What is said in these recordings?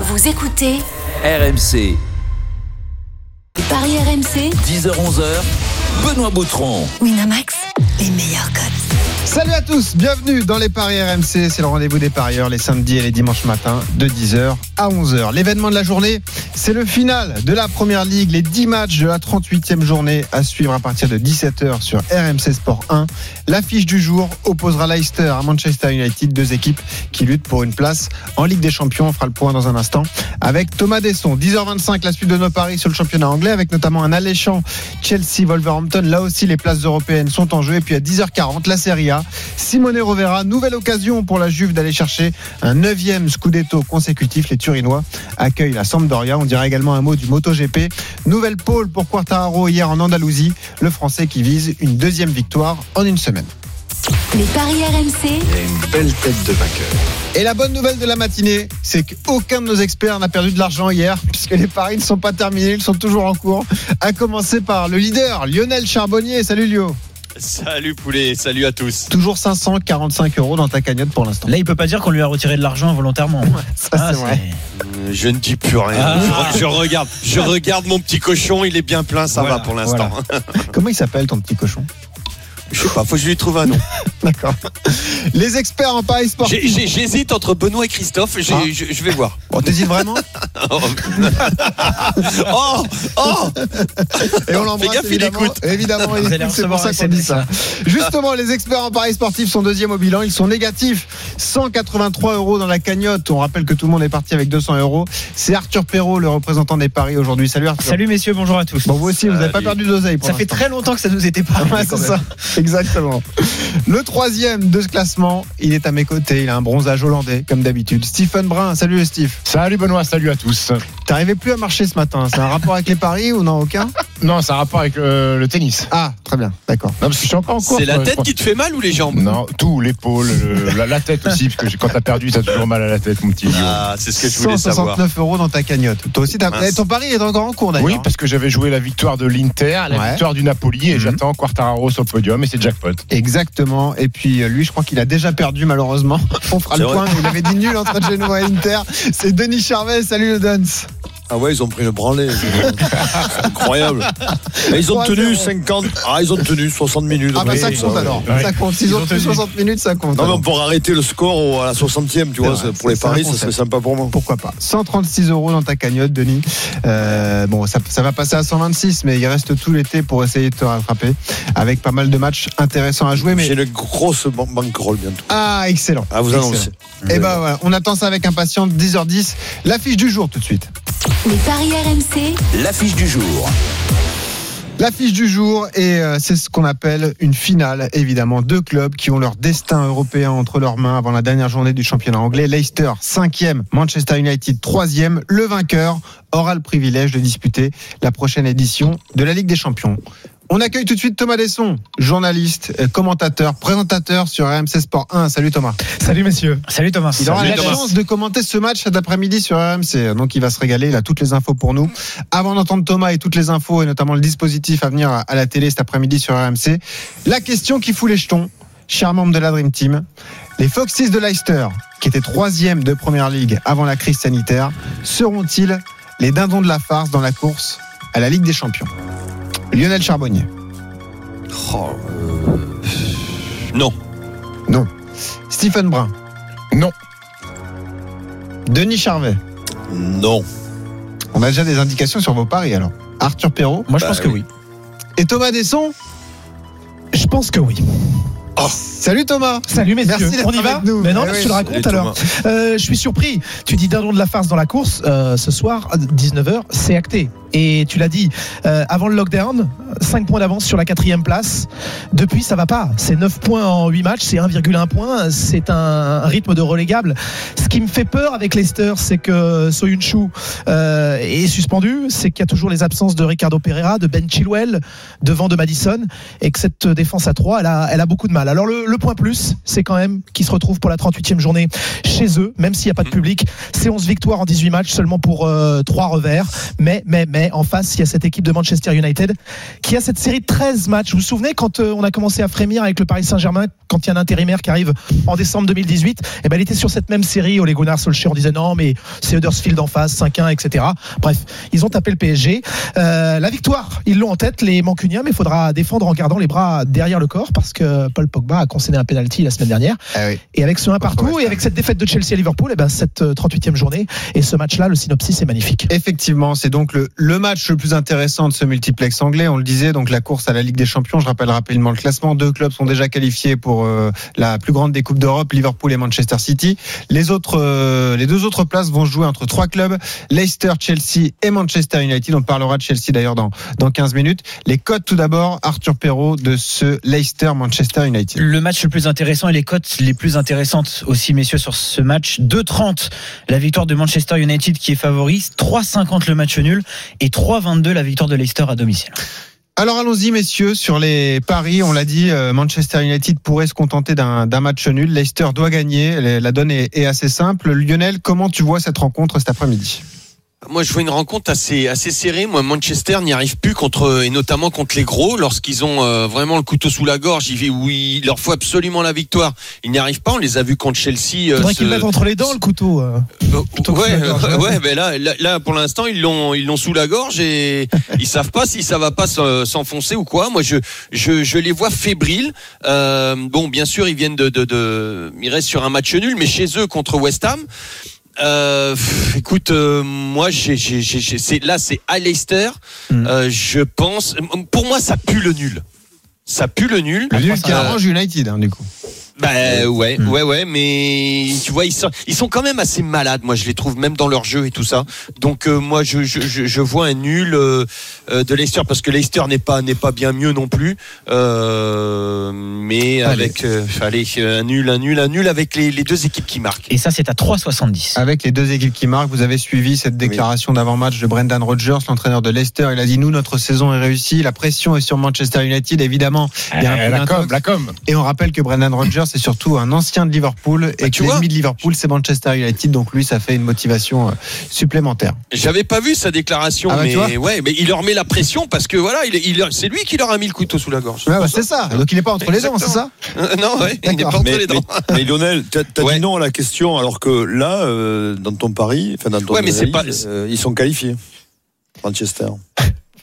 Vous écoutez RMC, Paris RMC 10h-11h, Benoît Boutron. Winamax, les meilleurs codes. Salut à tous, bienvenue dans les Paris RMC. C'est le rendez-vous des parieurs les samedis et les dimanches matins de 10h à 11h. L'événement de la journée, c'est le final de la Première Ligue, les 10 matchs de la 38e journée à suivre à partir de 17h sur RMC Sport 1. L'affiche du jour opposera Leicester à Manchester United, deux équipes qui luttent pour une place en Ligue des Champions. On fera le point dans un instant avec Thomas Desson. 10h25, la suite de nos paris sur le championnat anglais avec notamment un alléchant Chelsea-Wolverhampton. Là aussi, les places européennes sont en jeu. Et puis à 10h40, la Serie A. Simone Rovera, nouvelle occasion pour la Juve d'aller chercher un neuvième Scudetto consécutif. Les Turinois accueillent la Sampdoria. On dira également un mot du MotoGP. Nouvelle pôle pour Quartararo hier en Andalousie. Le Français qui vise une deuxième victoire en une semaine. Les Paris RMC, Et la bonne nouvelle de la matinée, c'est qu'aucun de nos experts n'a perdu de l'argent hier, puisque les paris ne sont pas terminés, ils sont toujours en cours. À commencer par le leader, Lionel Charbonnier. Salut Lio. Salut poulet, salut à tous. Toujours 545 euros dans ta cagnotte pour l'instant. Là, il peut pas dire qu'on lui a retiré de l'argent volontairement. Ça, Ah, c'est vrai. Euh, Je ne dis plus rien. Ah. Je, je regarde, je regarde mon petit cochon, il est bien plein, ça Voilà, va pour l'instant. Comment il s'appelle ton petit cochon Je sais pas, faut que je lui trouve un nom. D'accord. Les experts en paris sportifs. J'ai- j'ai- J'hésite entre Benoît et Christophe, j'ai- Ah. je, je vais voir. On t'hésite vraiment Oh, oh, oh. Et on l'embrasse. Fais gaffe, il évidemment. écoute. Évidemment, il Vous allez écoute, C'est pour recevoir ça un qu'on dit SMS, ça. Justement, les experts en paris sportifs sont deuxième au bilan. Ils sont négatifs. 183 euros dans la cagnotte. On rappelle que tout le monde est parti avec 200 euros. C'est Arthur Perrault, le représentant des paris aujourd'hui. Salut Arthur. Salut messieurs, bonjour à tous. Bon, vous aussi, vous n'avez pas Salut. perdu d'oseille pour ça fait l'instant. très longtemps que ça nous était pas. Ouais, arrivé, quand c'est même. ça, exactement. Le troisième de ce classement, il est à mes côtés. Il a un bronzage hollandais, comme d'habitude. Stephen Brun, salut Steve. Salut Benoît, salut à tous. T'arrivais plus à marcher ce matin. C'est un rapport avec les paris ou non aucun Non, ça a rapport avec euh, le tennis. Ah, très bien, d'accord. Non, parce que je suis encore en cours. C'est la quoi, je tête crois. qui te fait mal ou les jambes Non, tout, l'épaule, euh, la, la tête aussi, parce que j'ai- quand t'as perdu, t'as toujours mal à la tête, mon petit. Guillaume. Ah, c'est ce que je voulais savoir. 169 euros dans ta cagnotte. Toi aussi, t'as- Mince. Eh, ton pari est encore en cours d'ailleurs. oui, parce que j'avais joué la victoire de l'Inter, la Ouais. victoire du Napoli, et Mhm. j'attends Quartararo sur le podium, et c'est jackpot. Exactement. Et puis euh, lui, je crois qu'il a déjà perdu malheureusement. On fera C'est le vrai. point. Il avait dit nul entre Genoa et Inter. C'est Denis Charvet. Salut le dance. Ah ouais, ils ont pris le branlé. C'est incroyable. Et ils ont 3-0. tenu 50. Ah, ils ont tenu 60 minutes. Ah bah ça Oui, compte ouais. alors. Ouais. Ça compte. S'ils Ils ont ont plus tenu. 60 minutes, ça compte. Non, mais alors. on pourra arrêter le score au- à la 60e, tu C'est vois. vrai, c'est- Pour les Ah, c'est un paris, ça concept. serait sympa pour moi. Pourquoi pas 136 euros dans ta cagnotte, Denis. Euh, bon, ça, ça va passer à 126, mais il reste tout l'été pour essayer de te rattraper, avec pas mal de matchs intéressants à jouer. Mais J'ai une grosse ban- banquerolle bientôt. ah, excellent. À vous Excellent. annoncer. Eh ben voilà, on attend ça avec impatience. 10h10, l'affiche du jour tout de suite. les Paris RMC, L'affiche du jour. L'affiche du jour et euh, c'est ce qu'on appelle une finale évidemment deux clubs qui ont leur destin européen entre leurs mains avant la dernière journée du championnat anglais Leicester 5e Manchester United 3e le vainqueur aura le privilège de disputer la prochaine édition de la Ligue des Champions. On accueille tout de suite Thomas Desson, journaliste, euh, commentateur, présentateur sur RMC Sport 1. Salut Thomas. Salut messieurs. Salut Thomas. Il aura Salut, la Thomas. chance de commenter ce match cet après-midi sur RMC. Donc il va se régaler, il a toutes les infos pour nous. Avant d'entendre Thomas et toutes les infos, et notamment le dispositif à venir à la télé cet après-midi sur RMC, la question qui fout les jetons, chers membres de la Dream Team, les Foxes de Leicester, qui étaient troisième de Première Ligue avant la crise sanitaire, seront-ils les dindons de la farce dans la course à la Ligue des Champions Lionel Charbonnier. Oh, euh, Non. Stephen Brun. Non. Denis Charvet. Non. On a déjà des indications sur vos paris alors. Arthur Perrault. Moi je Bah pense que oui. oui. Et Thomas Desson Je pense que oui. Salut Thomas Salut messieurs, Merci d'être on y va avec nous. Mais non, Eh parce oui, que tu le salut racontes alors. Euh, je suis surpris. Tu dis dindon de la farce dans la course. euh, ce soir, à 19h, c'est acté. Et tu l'as dit, euh, avant le lockdown, 5 points d'avance sur la quatrième place. Depuis, ça va pas. C'est 9 points en 8 matchs, c'est 1,1 point. C'est un, un rythme de relégable. Ce qui me fait peur avec Leicester, c'est que Soyunchu euh, est suspendu. C'est qu'il y a toujours les absences de Ricardo Pereira, de Ben Chilwell, devant de Madison. Et que cette défense à 3, elle a, elle a beaucoup de mal. mal. Alors le, le point plus, c'est quand même qu'ils se retrouvent pour la 38e journée chez eux, même s'il n'y a pas de public. C'est 11 victoires en 18 matchs seulement pour 3 revers. Mais, mais, mais, en face, il y a cette équipe de Manchester United qui a cette série de 13 matchs. Vous vous souvenez quand euh, on a commencé à frémir avec le Paris Saint-Germain, quand il y a un intérimaire qui arrive en décembre 2018, et ben, il était sur cette même série, Ole Gunnar Solskjaer, on disait non, mais c'est Huddersfield en face, 5-1, etc. Bref, ils ont tapé le PSG. Euh, la victoire, ils l'ont en tête, les Mancuniens, mais il faudra défendre en gardant les bras derrière le corps parce que Paul Pogba a concédé un penalty la semaine dernière. Ah oui. Et avec ce 1 partout West et avec cette défaite de Chelsea à Liverpool, et ben cette euh, 38e journée et ce match-là, le synopsis est Euh, magnifique. Effectivement, c'est donc le, le match le plus intéressant de ce multiplex anglais. On le disait, donc la course à la Ligue des Champions. Je rappelle rapidement le classement. Deux clubs sont déjà qualifiés pour euh, la plus grande des coupes d'Europe, Liverpool et Manchester City. Les autres, euh, les deux autres places vont se jouer entre trois clubs Leicester, Chelsea et Manchester United. On parlera de Chelsea d'ailleurs dans dans 15 minutes. Les codes tout d'abord, Arthur Perrault de ce Leicester Manchester United. Le match le plus intéressant et les cotes les plus intéressantes aussi, messieurs, sur ce match. 2,30 la victoire de Manchester United qui est favori, 3,50 le match nul et 3,22 la victoire de Leicester à domicile. Alors allons-y messieurs sur les paris. On l'a dit, euh, Manchester United pourrait se contenter d'un d'un match nul. Leicester doit gagner. La- La donne est, est assez simple. Lionel, comment tu vois cette rencontre cet après-midi Moi, je vois une rencontre assez assez serrée. Moi, Manchester n'y arrive plus contre et notamment contre les gros lorsqu'ils ont euh, vraiment le couteau sous la gorge. Ils, où il leur faut absolument la victoire. Ils n'y arrivent pas. On les a vus contre Il Chelsea. euh, faudrait ce- qu'ils mettent entre les dents le couteau. euh. euh, plutôt que sous ouais, la gorge, euh, ouais. ouais, mais là, là, là, pour l'instant, ils l'ont ils l'ont sous la gorge et ils savent pas si ça va pas s'en- s'enfoncer ou quoi. Moi, je je, je les vois fébriles. Euh, bon, bien sûr, ils viennent de, de de ils restent sur un match nul, mais chez eux contre West Ham. Euh, pff, écoute, euh, moi, j'ai, j'ai, j'ai, j'ai- c'est, là, c'est à Leicester. Mm. Euh, je pense. Pour moi, ça pue le nul. Ça pue le nul. Le nul Euh, qui arrange United hein, du coup. bah ouais, ouais, ouais, mais tu vois, ils sont, ils sont quand même assez malades. Moi, je les trouve même dans leur jeu et tout ça. Donc euh, moi, je, je, je, je vois un nul euh, euh, de Leicester parce que Leicester n'est pas n'est pas bien mieux non plus. Euh, mais avec euh, allez un nul, un nul, un nul avec les, les deux équipes qui marquent. Et ça, c'est à 3,70. Avec les deux équipes qui marquent, vous avez suivi cette déclaration d'avant-match de Brendan Rodgers, l'entraîneur de Leicester. Il a dit nous notre saison est réussie, la pression est sur Manchester United évidemment. Il y a un Eh, peu la com, d'intox. la com. Et on rappelle que Brendan Rodgers est surtout un ancien de Liverpool et tu que l'ennemi vois. de Liverpool c'est Manchester United. Donc lui ça fait une motivation euh, supplémentaire. J'avais pas vu sa déclaration, Ah bah, tu mais ouais, mais il leur met la pression parce que voilà, il, il, c'est lui qui leur a mis le couteau sous la gorge. Ouais, bah, c'est ça. Donc il n'est pas entre les dents, c'est ça Euh, non, ouais, il n'est pas D'accord. entre Mais, les dents. mais- mais Lionel, t'as t'as Ouais. dit non à la question, alors que là, euh, dans ton pari, enfin dans ton Ouais, mais c'est analyse, pas- euh, ils sont qualifiés. Manchester.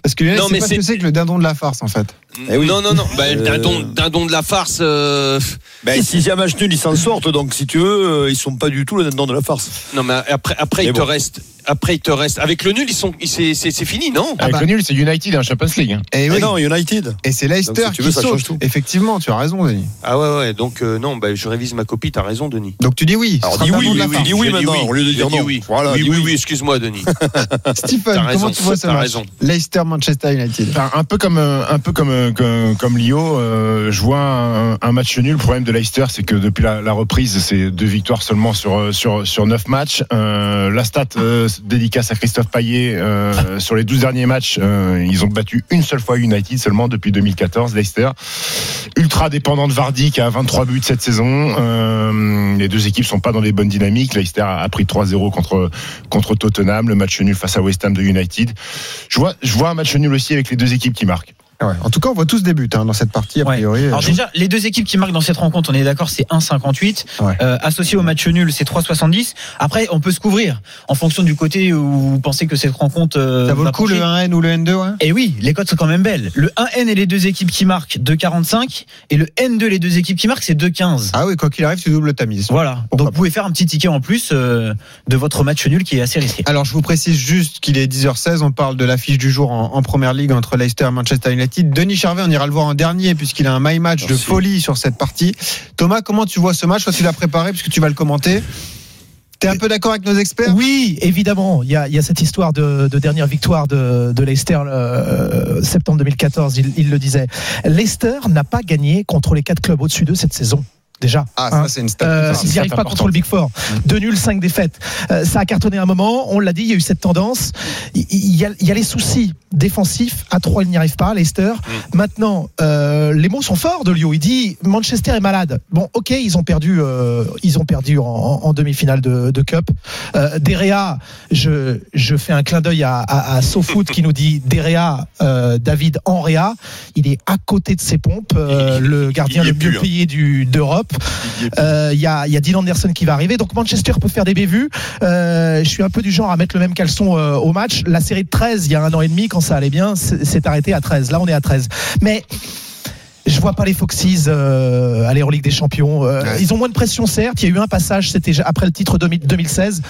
Parce que Lionel, Non, c'est mais pas ce que c'est- c'est que le dindon de la farce en fait. Eh oui. Non, non, non. Bah, Euh. dindon, dindon de la farce. euh, Ben, si y a match nul, ils s'en sortent. Donc, si tu veux, euh, ils sont pas du tout là-dedans de la farce. Non, mais après, après Mais il te bon. reste. Après, il te reste. Avec le nul, ils sont. ils- C'est c'est- c'est fini, non Avec bah. le nul, c'est United et un Champions League. hein. Et, Mais oui. non, United. et c'est Leicester Donc, si tu veux, qui ça saute. change tout. Effectivement, tu as raison, Denis. Ah ouais, ouais. Donc euh, non, bah, je révise ma copie. T'as raison, Denis. Donc tu dis oui. Alors, Ce dis sera oui, le dindon de oui, la oui, farce. dis oui J'ai dit maintenant, au lieu de J'ai dire dit non. oui. Voilà, oui, dis oui, oui. oui, Excuse-moi, Denis. Stephen, T'as comment raison, tu vois ce t'as match raison. Leicester Manchester United. Enfin, un peu comme euh, un peu comme euh, comme, comme Lio, euh, je vois un, un match nul. Le problème de Leicester, c'est que depuis la, la reprise, c'est deux victoires seulement sur euh, sur sur neuf matchs. Euh, la stat euh, dédicace à Christophe Payet euh, sur les 12 derniers matchs, euh, ils ont battu une seule fois United seulement depuis 2014. Leicester ultra dépendant de Vardy qui a 23 buts cette saison. Euh, les deux équipes sont pas dans les bonnes dynamiques. Leicester a a pris 3-0 contre contre Tottenham, le match nul face à West Ham de United. Je vois je vois un match nul aussi avec les deux équipes qui marquent. Ah ouais. En tout cas, on voit tous des buts hein, dans cette partie, a Ouais. priori. Euh, Alors déjà, les deux équipes qui marquent dans cette rencontre, on est d'accord, c'est 1,58. Ouais. Euh, associé au match nul, c'est 3,70. Après, on peut se couvrir en fonction du côté où vous pensez que cette rencontre. euh, ça vaut va le coup pencher. le 1N ou le hein N2 ouais Et oui, les cotes sont quand même belles. Le 1N et les deux équipes qui marquent 2,45 et le N2 les deux équipes qui marquent c'est 2,15. Ah oui, quoi qu'il arrive, tu doubles le tamise. Voilà. Pourquoi Donc vous pouvez faire un petit ticket en plus euh, de votre match nul qui est assez risqué. Alors, je vous précise juste qu'il est 10h16. On parle de l'affiche du jour en, en première ligue entre Leicester et Manchester United. Denis Charvet, on ira le voir en dernier puisqu'il a un my match de Merci. folie sur cette partie. Thomas, comment tu vois ce match Toi, tu l'as préparé puisque tu vas le commenter. T'es un peu d'accord avec nos experts Oui, évidemment. Il y a, il y a cette histoire de, de dernière victoire de, de Leicester, euh, septembre 2014, il, il le disait. Leicester n'a pas gagné contre les quatre clubs au-dessus d'eux cette saison. déjà. Ah, hein. ça, c'est une stat. Mm. Euh, Ah, S'ils n'y ça, arrivent pas t'apporte. contre le Big Four. Deux nuls, cinq défaites. Euh, ça a cartonné un moment, on l'a dit, il y a eu cette tendance. Il il y, a, il y a les soucis défensifs. À 3, ils n'y arrivent pas, Leicester. Mm. Maintenant, euh, les mots sont forts de Lio. Il dit Manchester est malade. Bon, ok, ils ont perdu, euh, ils ont perdu en, en- en demi-finale de, de Cup. Euh, Derea, je, je fais un clin d'œil à, à, à SoFoot qui nous dit Derea, euh, David Enrea, il est à côté de ses pompes, euh, le gardien il y le est mieux plus, hein. payé du- d'Europe. Euh, Il y, a, il y a Dylan Anderson qui va arriver. Donc Manchester peut faire des bévues. Euh, je suis un peu du genre à mettre le même caleçon euh, au match. La série de 13, il y a un an et demi, quand ça allait bien, c'est c'est arrêté à 13. Là, on est à 13. Mais. Je vois pas les Foxes euh, aller en Ligue des Champions. Euh, Ils ont moins de pression, certes. Il y a eu un passage, c'était après le titre 2000 2016.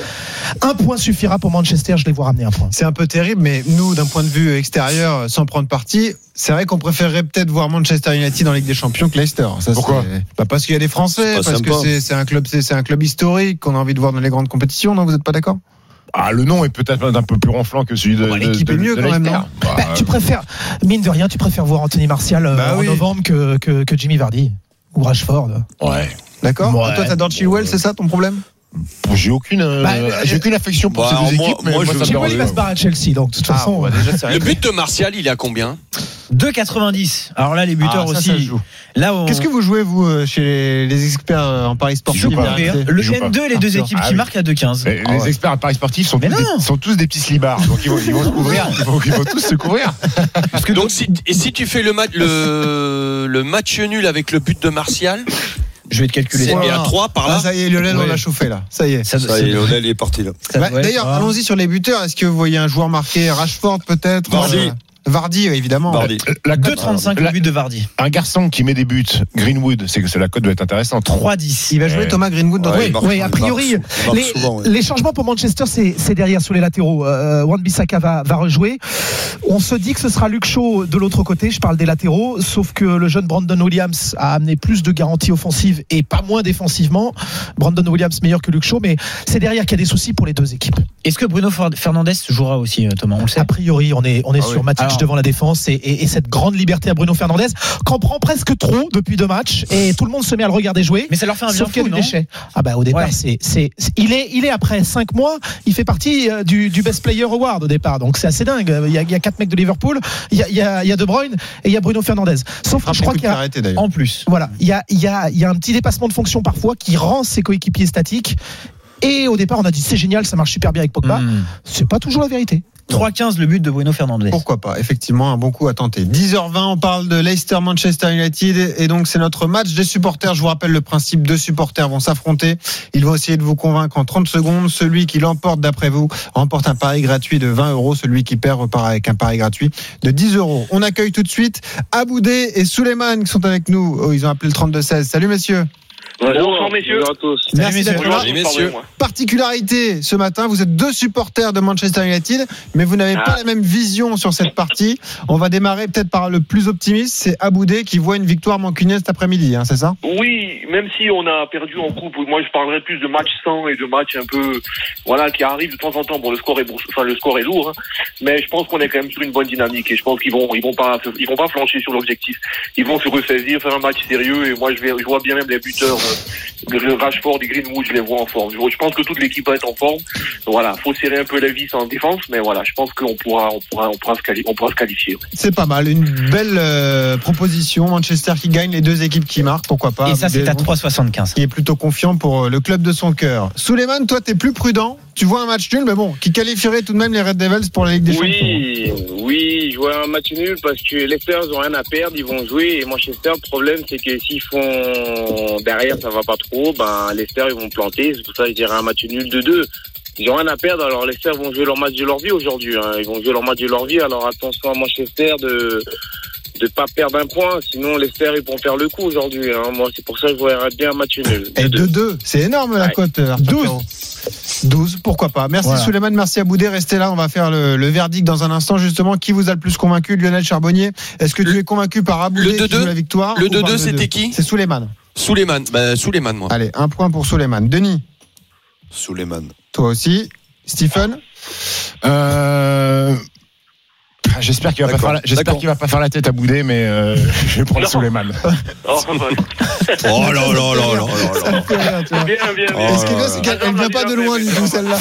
Un point suffira pour Manchester. Je les vois ramener un point. C'est un peu terrible, mais nous, d'un point de vue extérieur, euh, sans prendre parti, c'est vrai qu'on préférerait peut-être voir Manchester United en Ligue des Champions que Leicester. Ça, Pourquoi c'est- bah Parce qu'il y a les Français, C'est pas parce que sympa. c'est- c'est un club, c'est c'est un club historique qu'on a envie de voir dans les grandes compétitions. Non, vous n'êtes pas d'accord Ah, le nom est peut-être un peu plus ronflant que celui de. bah, de- l'équipe de- est mieux de quand même, Leicester. non Bah, Euh, Bah, tu préfères, mine de rien, tu préfères voir Anthony Martial euh, Bah en oui. novembre que, que, que Jimmy Vardy ou Rashford. Ah, Ouais. D'accord. Ouais. Toi, t'adores Chilwell, c'est ça ton problème J'ai aucune, euh, Bah, euh, j'ai aucune affection pour bah, ces deux moi- équipes, mais moi, moi, ça je- me Chilwell, bah, dérange euh, il va se pas. barrer à Chelsea, donc Ah, de toute façon. Le but de Martial, il est à combien 2,90. Alors là, les buteurs Ah, ça, aussi. ça joue. Là, on- Qu'est-ce que vous jouez vous euh, chez les, les experts euh, en Paris sportif Ils jouent pas. les RMC le joue pas. N2 les deux Arthur. équipes Ah qui oui. marquent à 2,15. Les, les experts à Paris sportifs sont, Mais tous non. des, sont tous des petits slibards, donc ils vont, ils vont se couvrir, ils vont, ils vont tous se couvrir. Donc si, et si tu fais le, match le, le match nul avec le but de Martial, Je vais te calculer. c'est Oh là à là. 3 par Ah, là. ça y est, Lionel, on Ouais. l'a chauffé là. Ça y est. Ça- ça- Lionel est parti là. ça Bah, doit être D'ailleurs, ça. allons-y sur les buteurs. Est-ce que vous voyez un joueur marqué Rashford peut-être Vardy. Euh, Vardy, oui, évidemment. Bardi. La cote- 2,35 la- le but de Vardy. un garçon qui met des buts, Greenwood, c'est que c'est- la cote doit être intéressante. 3,10. Il va jouer Ouais. Thomas Greenwood dans Ouais, Oui. il marque- oui, a il marque priori, sou- il marque les, souvent, ouais. les changements pour Manchester, c'est c'est derrière sur les latéraux. Euh, Wan-Bissaka va, va rejouer. On se dit que ce sera Luke Shaw de l'autre côté. Je parle des latéraux, sauf que le jeune Brandon Williams a amené plus de garanties offensives et pas moins défensivement. Brandon Williams meilleur que Luke Shaw, mais c'est derrière qu'il y a des soucis pour les deux équipes. Euh, Est-ce que Bruno Fer- Fernandez jouera aussi, euh, Thomas On le sait. A priori, on est, on est Ah sur oui. Matic Alors- devant la défense et, et- et cette grande liberté à Bruno Fernandez qu'en prend presque trop depuis deux matchs et tout le monde se met à le regarder jouer. Mais ça leur fait un bien Sauf qu'il y fou, a du non déchet. Ah bah au départ, Ouais. c'est, c'est, c'est- il est, il est après 5 mois, il fait partie euh, du, du best player award au départ, donc c'est assez dingue. Il y a, il y a quatre mecs de Liverpool, il y a, il y a- il y a De Bruyne et il y a Bruno Fernandez. Ah, Sauf que je crois qu'il y a, arrêté d'ailleurs. En plus. voilà, il y a, il y a, il y a un petit dépassement de fonction parfois qui rend ses coéquipiers statiques. Et au départ, on a dit c'est génial, ça marche super bien avec Pogba. Hmm. C'est pas toujours la vérité. 3,15 le but de Bruno Fernandez. Pourquoi pas Effectivement, un bon coup à tenter. 10h20, on parle de Leicester Manchester United et donc c'est notre match des supporters. Je vous rappelle le principe deux supporters vont s'affronter. Ils vont essayer de vous convaincre en 30 secondes. Celui qui l'emporte d'après vous remporte un pari gratuit de 20 euros. Celui qui perd repart avec un pari gratuit de 10 euros. On accueille tout de suite Aboudé et Souleymane qui sont avec nous. Oh, ils ont appelé le 32-16. Salut messieurs. Bonjour messieurs. Bonjour à tous. Merci d'être là. Bonjour, messieurs. particularité ce matin, vous êtes deux supporters de Manchester United, mais vous n'avez pas la même vision sur cette partie. On va démarrer peut-être par le plus optimiste, c'est Aboudé qui voit une victoire mancunienne cet après-midi, hein, c'est ça Oui, même si on a perdu en coupe, moi je parlerai plus de match 100 et de match un peu voilà qui arrivent de temps en temps. Bon, le score est bourse- enfin le score est lourd, hein, mais je pense qu'on est quand même sur une bonne dynamique et je pense qu'ils vont ils vont pas ils vont pas flancher sur l'objectif. Ils vont se ressaisir, faire un match sérieux et moi je vais je vois bien même les buteurs euh, le Rashford et Greenwood, je les vois en forme. Je, je pense que toute l'équipe va être en forme. Voilà, faut serrer un peu la vis en défense, mais voilà, je pense qu'on pourra on pourra on pourra se quali- on pourra se qualifier. C'est pas mal, une belle euh, proposition. Manchester qui gagne, les deux équipes qui marquent, pourquoi pas Et ça, Aboudé, c'est à donc, 3,75. Qui est plutôt confiant pour euh, le club de son cœur. Souleymane, toi, t'es plus prudent. Tu vois un match nul, mais bon, qui qualifierait tout de même les Red Devils pour la Ligue des Champions. Oui, oui, jouer un match nul parce que les Spurs ont rien à perdre, ils vont jouer et Manchester, le problème c'est que s'ils font derrière ça va pas trop, ben les Spurs ils vont planter, c'est pour ça que je dirais un match nul de deux. Ils ont rien à perdre, alors les Spurs vont jouer leur match de leur vie aujourd'hui, hein. ils vont jouer leur match de leur vie, alors attention à Manchester de de pas perdre un point, sinon les Spurs ils vont faire le coup aujourd'hui. hein. Moi c'est pour ça que je voudrais bien un match nul. Et de deux. 2-2, c'est énorme la Ouais. cote. euh, Arthur 12. Perrault. 12, pourquoi pas. Merci Voilà. Souleymane, merci Aboudé. Restez là, on va faire le, le verdict dans un instant. Justement, qui vous a le plus convaincu Lionel Charbonnier Est-ce que tu es convaincu par Aboudé le qui 2-2? joue la victoire Le ou par 2-2, c'était qui C'est Souleymane. Souleymane, bah, Souleymane, moi. Allez, un point pour Souleymane. Denis, Souleymane. toi aussi. Stephen Euh, ah, J'espère qu'il va, pas D'accord. faire la- j'espère D'accord. qu'il va pas faire la tête à Boudé, mais euh, je vais prendre Non. Souleymane. Oh, bah, Oh là là là là là là. Bien, bien, bien. Et ce qui est bien, c'est qu'elle ne vient pas de loin du tout, celle-là.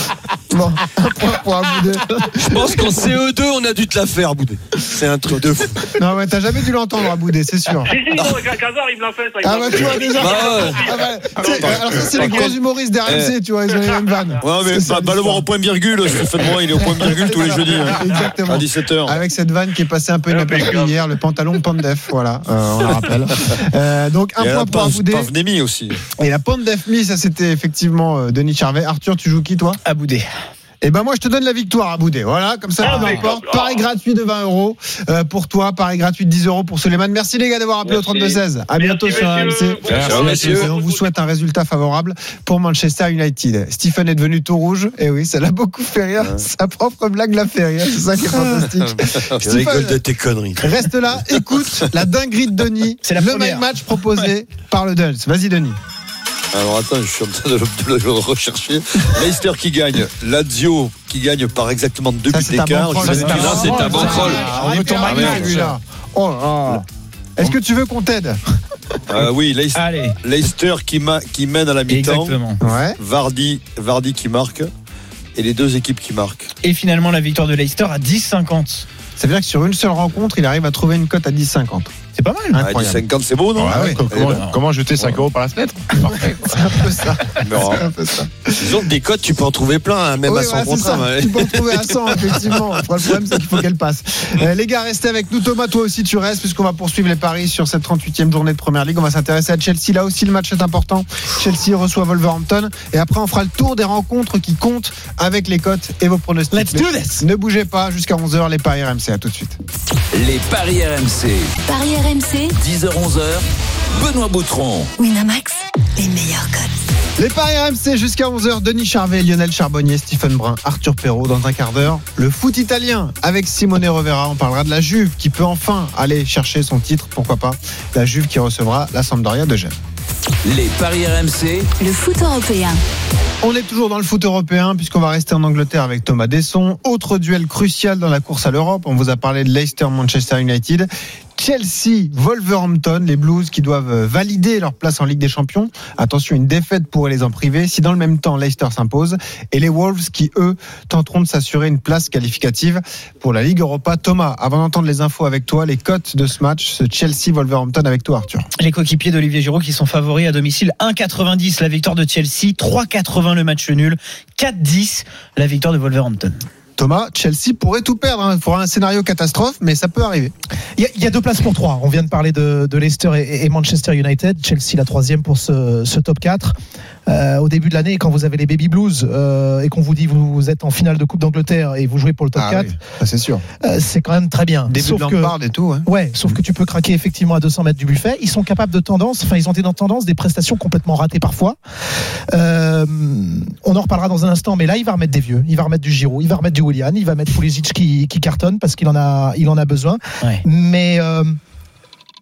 Bon, un point pour Aboudé. Je pense qu'en CE2, on a dû te la faire, Boudé. C'est un truc de fou. Non, mais t'as jamais dû l'entendre, Aboudé, c'est sûr. Si, si, non, Cazard, il me l'a fait, ça. il Ah me l'a bah fait. tu vois déjà. Bah ouais. Ah bah, tu sais, alors ça c'est les Par grands contre- humoristes d'RMC, tu vois, ils ont les mêmes vannes. Ouais, mais C'est ça, bah, bah, le voir au point virgule, Stéphane Brun, il est au point virgule tous les jeudis. hein, Exactement. à 17h. Avec cette vanne qui est passée un peu inaperçue Impeccable. hier, le pantalon Pandef, voilà, euh, on le rappelle. Euh, donc un Il y a point la pour Paf Aboudé Paf Nemi aussi. et la Pandef Mi, ça c'était effectivement euh, Denis Charvet. Arthur, tu joues qui toi Aboudé. Eh ben moi je te donne la victoire à Boudé. Voilà, comme ça Ah, peu mais- importe. ah. Paris gratuit de 20 euros euh, pour toi, paris gratuit de 10 euros pour Suleiman. Merci les gars d'avoir appelé au 32-16. À bientôt sur messieurs. AMC. Bon Merci, match. messieurs. Et on vous souhaite un résultat favorable pour Manchester United. Stephen est devenu tout rouge. Et oui, ça l'a beaucoup fait rire. Sa propre blague l'a fait rire. C'est ça qui est fantastique. Je rigole Stéphane. de tes conneries. Reste là, écoute la dinguerie de Denis. C'est la le première. même match proposé par le Duns. Vas-y Denis. Alors attends, je suis en train de le, de le rechercher. Leicester qui gagne, Lazio qui gagne par exactement deux Ça, buts c'est ta d'écart. banquerolle. Je c'est sais ta plus, là, c'est ta banquerolle. banquerolle. Ah, On veut ton Ah, merde. magnat, lui, là. Oh là. Est-ce que tu veux qu'on t'aide Ah. Euh, oui, Leic- Allez, Leicester qui, ma- qui mène à la mi-temps, exactement. Ouais. Vardy, Vardy qui marque, et les deux équipes qui marquent. Et finalement, la victoire de Leicester à 10-50. Ça veut dire que sur une seule rencontre, il arrive à trouver une cote à 10,50. C'est pas mal. Ah, Incroyable. 50, c'est beau, non Ouais, Ah ouais, oui. co- Eh comment, ben, comment jeter 5 euros par la fenêtre Parfait. on verra. Disons que des cotes, tu peux en trouver plein, hein, même Oui, à 100 voilà, c'est contrats. ça. ouais. Tu peux en trouver à 100, effectivement. Après, le problème, c'est qu'il faut qu'elle passe. Euh, les gars, restez avec nous. Thomas, toi aussi, tu restes, puisqu'on va poursuivre les paris sur cette 38e journée de première ligue. On va s'intéresser à Chelsea. Là aussi, le match est important. Chelsea reçoit Wolverhampton. Et après, on fera le tour des rencontres qui comptent avec les cotes et vos pronostics. Let's do this Ne bougez pas jusqu'à 11h, les paris RMC. À tout de suite. Les paris RMC. Paris RMC, 10h-11h. Benoît Boutron. Winamax, les meilleurs cotes. Les Paris RMC jusqu'à 11h, Denis Charvet, Lionel Charbonnier, Stephen Brun, Arthur Perrault dans un quart d'heure. Le foot italien avec Simone Rovera, on parlera de la Juve qui peut enfin aller chercher son titre, pourquoi pas. La Juve qui recevra la Sampdoria de Gênes. Les paris RMC. Le foot européen. On est toujours dans le foot européen puisqu'on va rester en Angleterre avec Thomas Desson. Autre duel crucial dans la course à l'Europe. On vous a parlé de Leicester Manchester United. Chelsea, Wolverhampton, les Blues qui doivent valider leur place en Ligue des Champions. Attention, une défaite pourrait les en priver si dans le même temps Leicester s'impose et les Wolves qui eux tenteront de s'assurer une place qualificative pour la Ligue Europa. Thomas, avant d'entendre les infos avec toi, les cotes de ce match, ce Chelsea Wolverhampton avec toi Arthur. Les coéquipiers d'Olivier Giroud qui sont favoris à domicile 1,90 la victoire de Chelsea, 3,80 le match nul, 4,10 la victoire de Wolverhampton. Thomas, Chelsea pourrait tout perdre, hein. il faudra un scénario catastrophe mais ça peut arriver. Il y, a- il y a deux places pour trois. On vient de parler de, de Leicester et, et Manchester United. Chelsea la troisième pour ce, ce top 4. Euh, au début de l'année, quand vous avez les Baby Blues euh, et qu'on vous dit vous, vous êtes en finale de Coupe d'Angleterre et vous jouez pour le top Ah 4, oui, ça, c'est sûr. euh, c'est quand même très bien. Début Sauf de que- Lampard et tout. hein. Ouais, sauf que tu peux craquer effectivement à 200 mètres du buffet. Ils sont capables de tendance, enfin ils ont des tendances, des prestations complètement ratées parfois. Euh, on en reparlera dans un instant, mais là il va remettre des vieux, il va remettre du Giroud, il va remettre du Willian, il va mettre Pulisic qui, qui cartonne parce qu'il en a, il en a besoin. Ouais. Mais euh,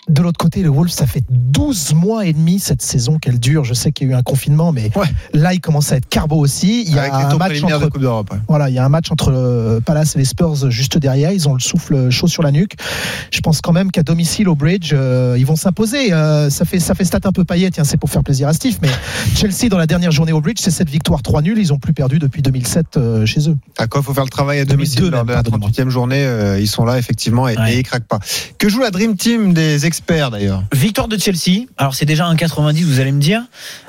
de l'autre côté, le Wolves, ça fait 12 mois et demi cette saison qu'elle dure. Je sais qu'il y a eu un confinement, mais Ouais. là il commence à être carbo aussi. Il y a Avec les un tours match préliminaires entre de Coupe d'Europe. ouais. voilà, il y a un match entre le Palace et les Spurs juste derrière. Ils ont le souffle chaud sur la nuque. Je pense quand même qu'à domicile au Bridge, euh, ils vont s'imposer. Euh, ça fait ça fait stat un peu paillette. Tiens, c'est pour faire plaisir à Steve. Mais Chelsea dans la dernière journée au Bridge, c'est cette victoire 3 nuls. Ils ont plus perdu depuis 2007 euh, chez eux. À quoi faut faire le travail à 2002 domicile lors même, de la pardonnez-moi. 38e journée euh, Ils sont là, effectivement, et, Ouais. et ils craquent pas. Que joue la Dream Team des experts, d'ailleurs Victoire de Chelsea, alors c'est déjà 1,90 vous allez me dire.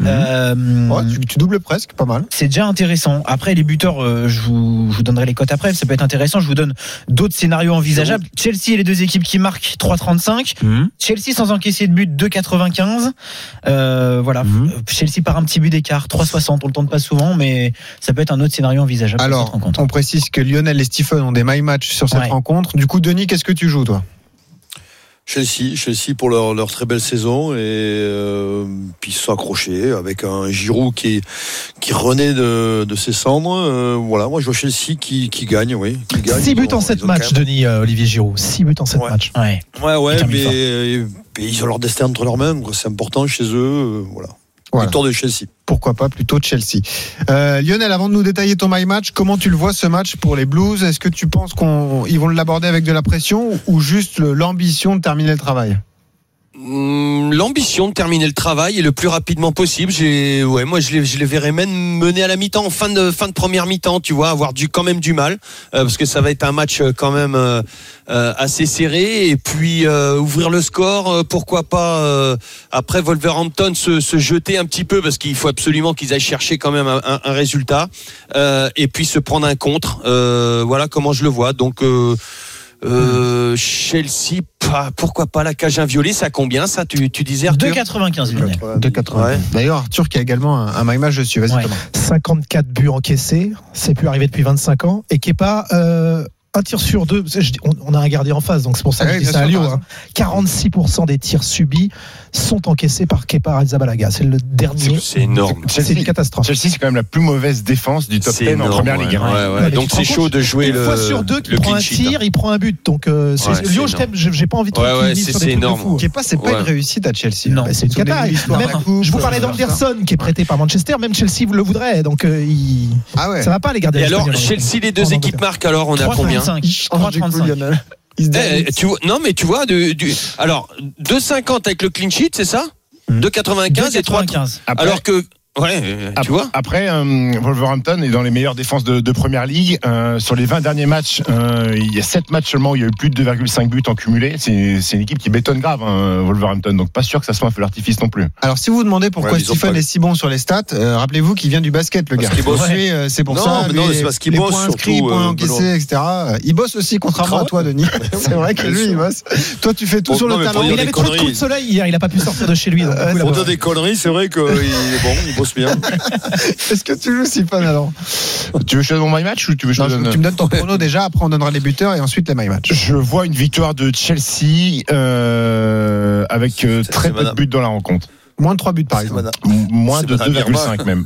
Euh, Ouais, tu, tu doubles presque, pas mal. C'est déjà intéressant. Après, les buteurs, euh, je, vous, je vous donnerai les cotes après. Ça peut être intéressant. Je vous donne d'autres scénarios envisageables. Chelsea et les deux équipes qui marquent 3,35. Chelsea sans encaisser de but 2,95. Euh, voilà. Chelsea par un petit but d'écart 3,60. On le tente pas souvent, mais ça peut être un autre scénario envisageable. sur cette Alors, rencontre. on précise que Lionel et Stephen ont des my match sur cette Ouais. rencontre. Du coup, Denis, qu'est-ce que tu joues, toi Chelsea, Chelsea pour leur, leur très belle saison et euh, puis ils se sont accrochés avec un Giroud qui qui renaît de, de ses cendres. euh, voilà, moi je vois Chelsea qui, qui gagne, oui. Qui gagne. 6 buts Ils ont- en 7 ils ont quand matchs, même- Denis euh, Olivier Giroud. 6 buts en 7 Ouais. matchs. Ouais. Ouais, ouais, Putain, mais mais, fort. euh, mais ils ont leur destin entre leurs mains. quoi. C'est important chez eux. euh, voilà. Voilà. Victoire de Chelsea. Pourquoi pas plutôt Chelsea Euh, Lionel, avant de nous détailler ton my match, comment tu le vois ce match pour les Blues Est-ce que tu penses qu'ils vont l'aborder avec de la pression ou juste le- l'ambition de terminer le travail Hmm, l'ambition de terminer le travail et le plus rapidement possible. J'ai, ouais, moi je les, je les verrais même mener à la mi-temps, en fin de fin de première mi-temps, tu vois, avoir du quand même du mal euh, parce que ça va être un match euh, quand même euh, euh, assez serré et puis euh, ouvrir le score, euh, pourquoi pas euh, après Wolverhampton se, se jeter un petit peu parce qu'il faut absolument qu'ils aillent chercher quand même un, un- un résultat euh, et puis se prendre un contre. Euh, voilà comment je le vois. Donc euh, euh, Chelsea, pas- pourquoi pas la cage inviolée, ça combien ça tu, tu disais Arthur 2,95. il gagne. De 80. Ouais. D'ailleurs, Arthur qui a également un, un my match dessus. Vas-y, Ouais. Thomas. 54 buts encaissés, c'est plus arrivé depuis 25 ans, et Kepa, euh, un tir sur deux, Je dis- on, on a un gardien en face, donc c'est pour ça que Ah je oui, dis bien ça à sûr, Lyon. t'as hein. 46% des tirs subis sont encaissés par Kepa Arrizabalaga, c'est le dernier. C'est- C'est énorme. C'est une catastrophe. Chelsea, c'est quand même la plus mauvaise défense du top C'est 10 en énorme, première ouais. ligue. hein. Ouais, ouais. Ouais, mais tu Donc te c'est rends chaud de jouer Une le, fois sur deux qu'il le prend clean un sheet. hein. tir, il prend un but. Donc euh, c'est- Ouais, c'est Lyon, je énorme. t'aime, je- j'ai pas envie de Ouais, te ouais, c'est- c'est énorme. Qui est pas, c'est pas Ouais. une réussite à Chelsea. Non, Bah, c'est une cata. Même- je vous parlais d'Anderson. d'Anderson qui est prêté par Manchester, même Chelsea le voudrait. Donc euh, il- Ah ouais. ça va pas les gardiens. Et alors, espagnols. Chelsea, les En deux équipes Angleterre. marquent, alors on est à combien 3,35. Oh, du coup, 3,35. Lionel. Il se Eh, déroule. tu vois, non, mais tu vois, du, du- alors 2,50 avec le clean sheet, c'est ça 2,95 et 3. 2,95. Après- Alors que, ouais, euh, tu Ap- vois, Après, euh, Wolverhampton est dans les meilleures défenses de, de première ligue. Euh, sur les 20 derniers matchs, euh, il y a 7 matchs seulement où il y a eu plus de 2,5 buts en cumulé. C'est c'est une équipe qui bétonne grave, hein, Wolverhampton. Donc, pas sûr que ça soit un feu d'artifice non plus. Alors, si vous vous demandez pourquoi Ouais, ils ont Stephen pas- est si bon sur les stats, euh, rappelez-vous qu'il vient du basket, le Parce gars. qu'il bosse. Ouais, euh, C'est pour Non, ça. mais non, les- c'est parce qu'il les bosse points inscrits, surtout, points euh, encaissés, etc. Euh, Il bosse aussi, contrairement à toi, Denis. C'est vrai que lui, il bosse. Toi, tu fais tout Bon, sur Oh, non, le mais talent. pour Il Des avait trop de coups de conneries. soleil hier, il a pas pu sortir de chez lui. donc, du coup, il a Pour pas- dire des conneries, c'est vrai qu'il est bon, il bosse bien. Est-ce que tu joues Stephen alors Tu veux que je te donne mon my match ou Oh. tu veux que je Non, te donne euh, Tu me donnes ton prono déjà, après on donnera les buteurs et ensuite les my match. Je vois une victoire de Chelsea euh, avec euh, C'est- très c'est peu de madame. buts dans la rencontre. Moins de 3 buts par exemple. M- Moins C'est de madame 2,5 même.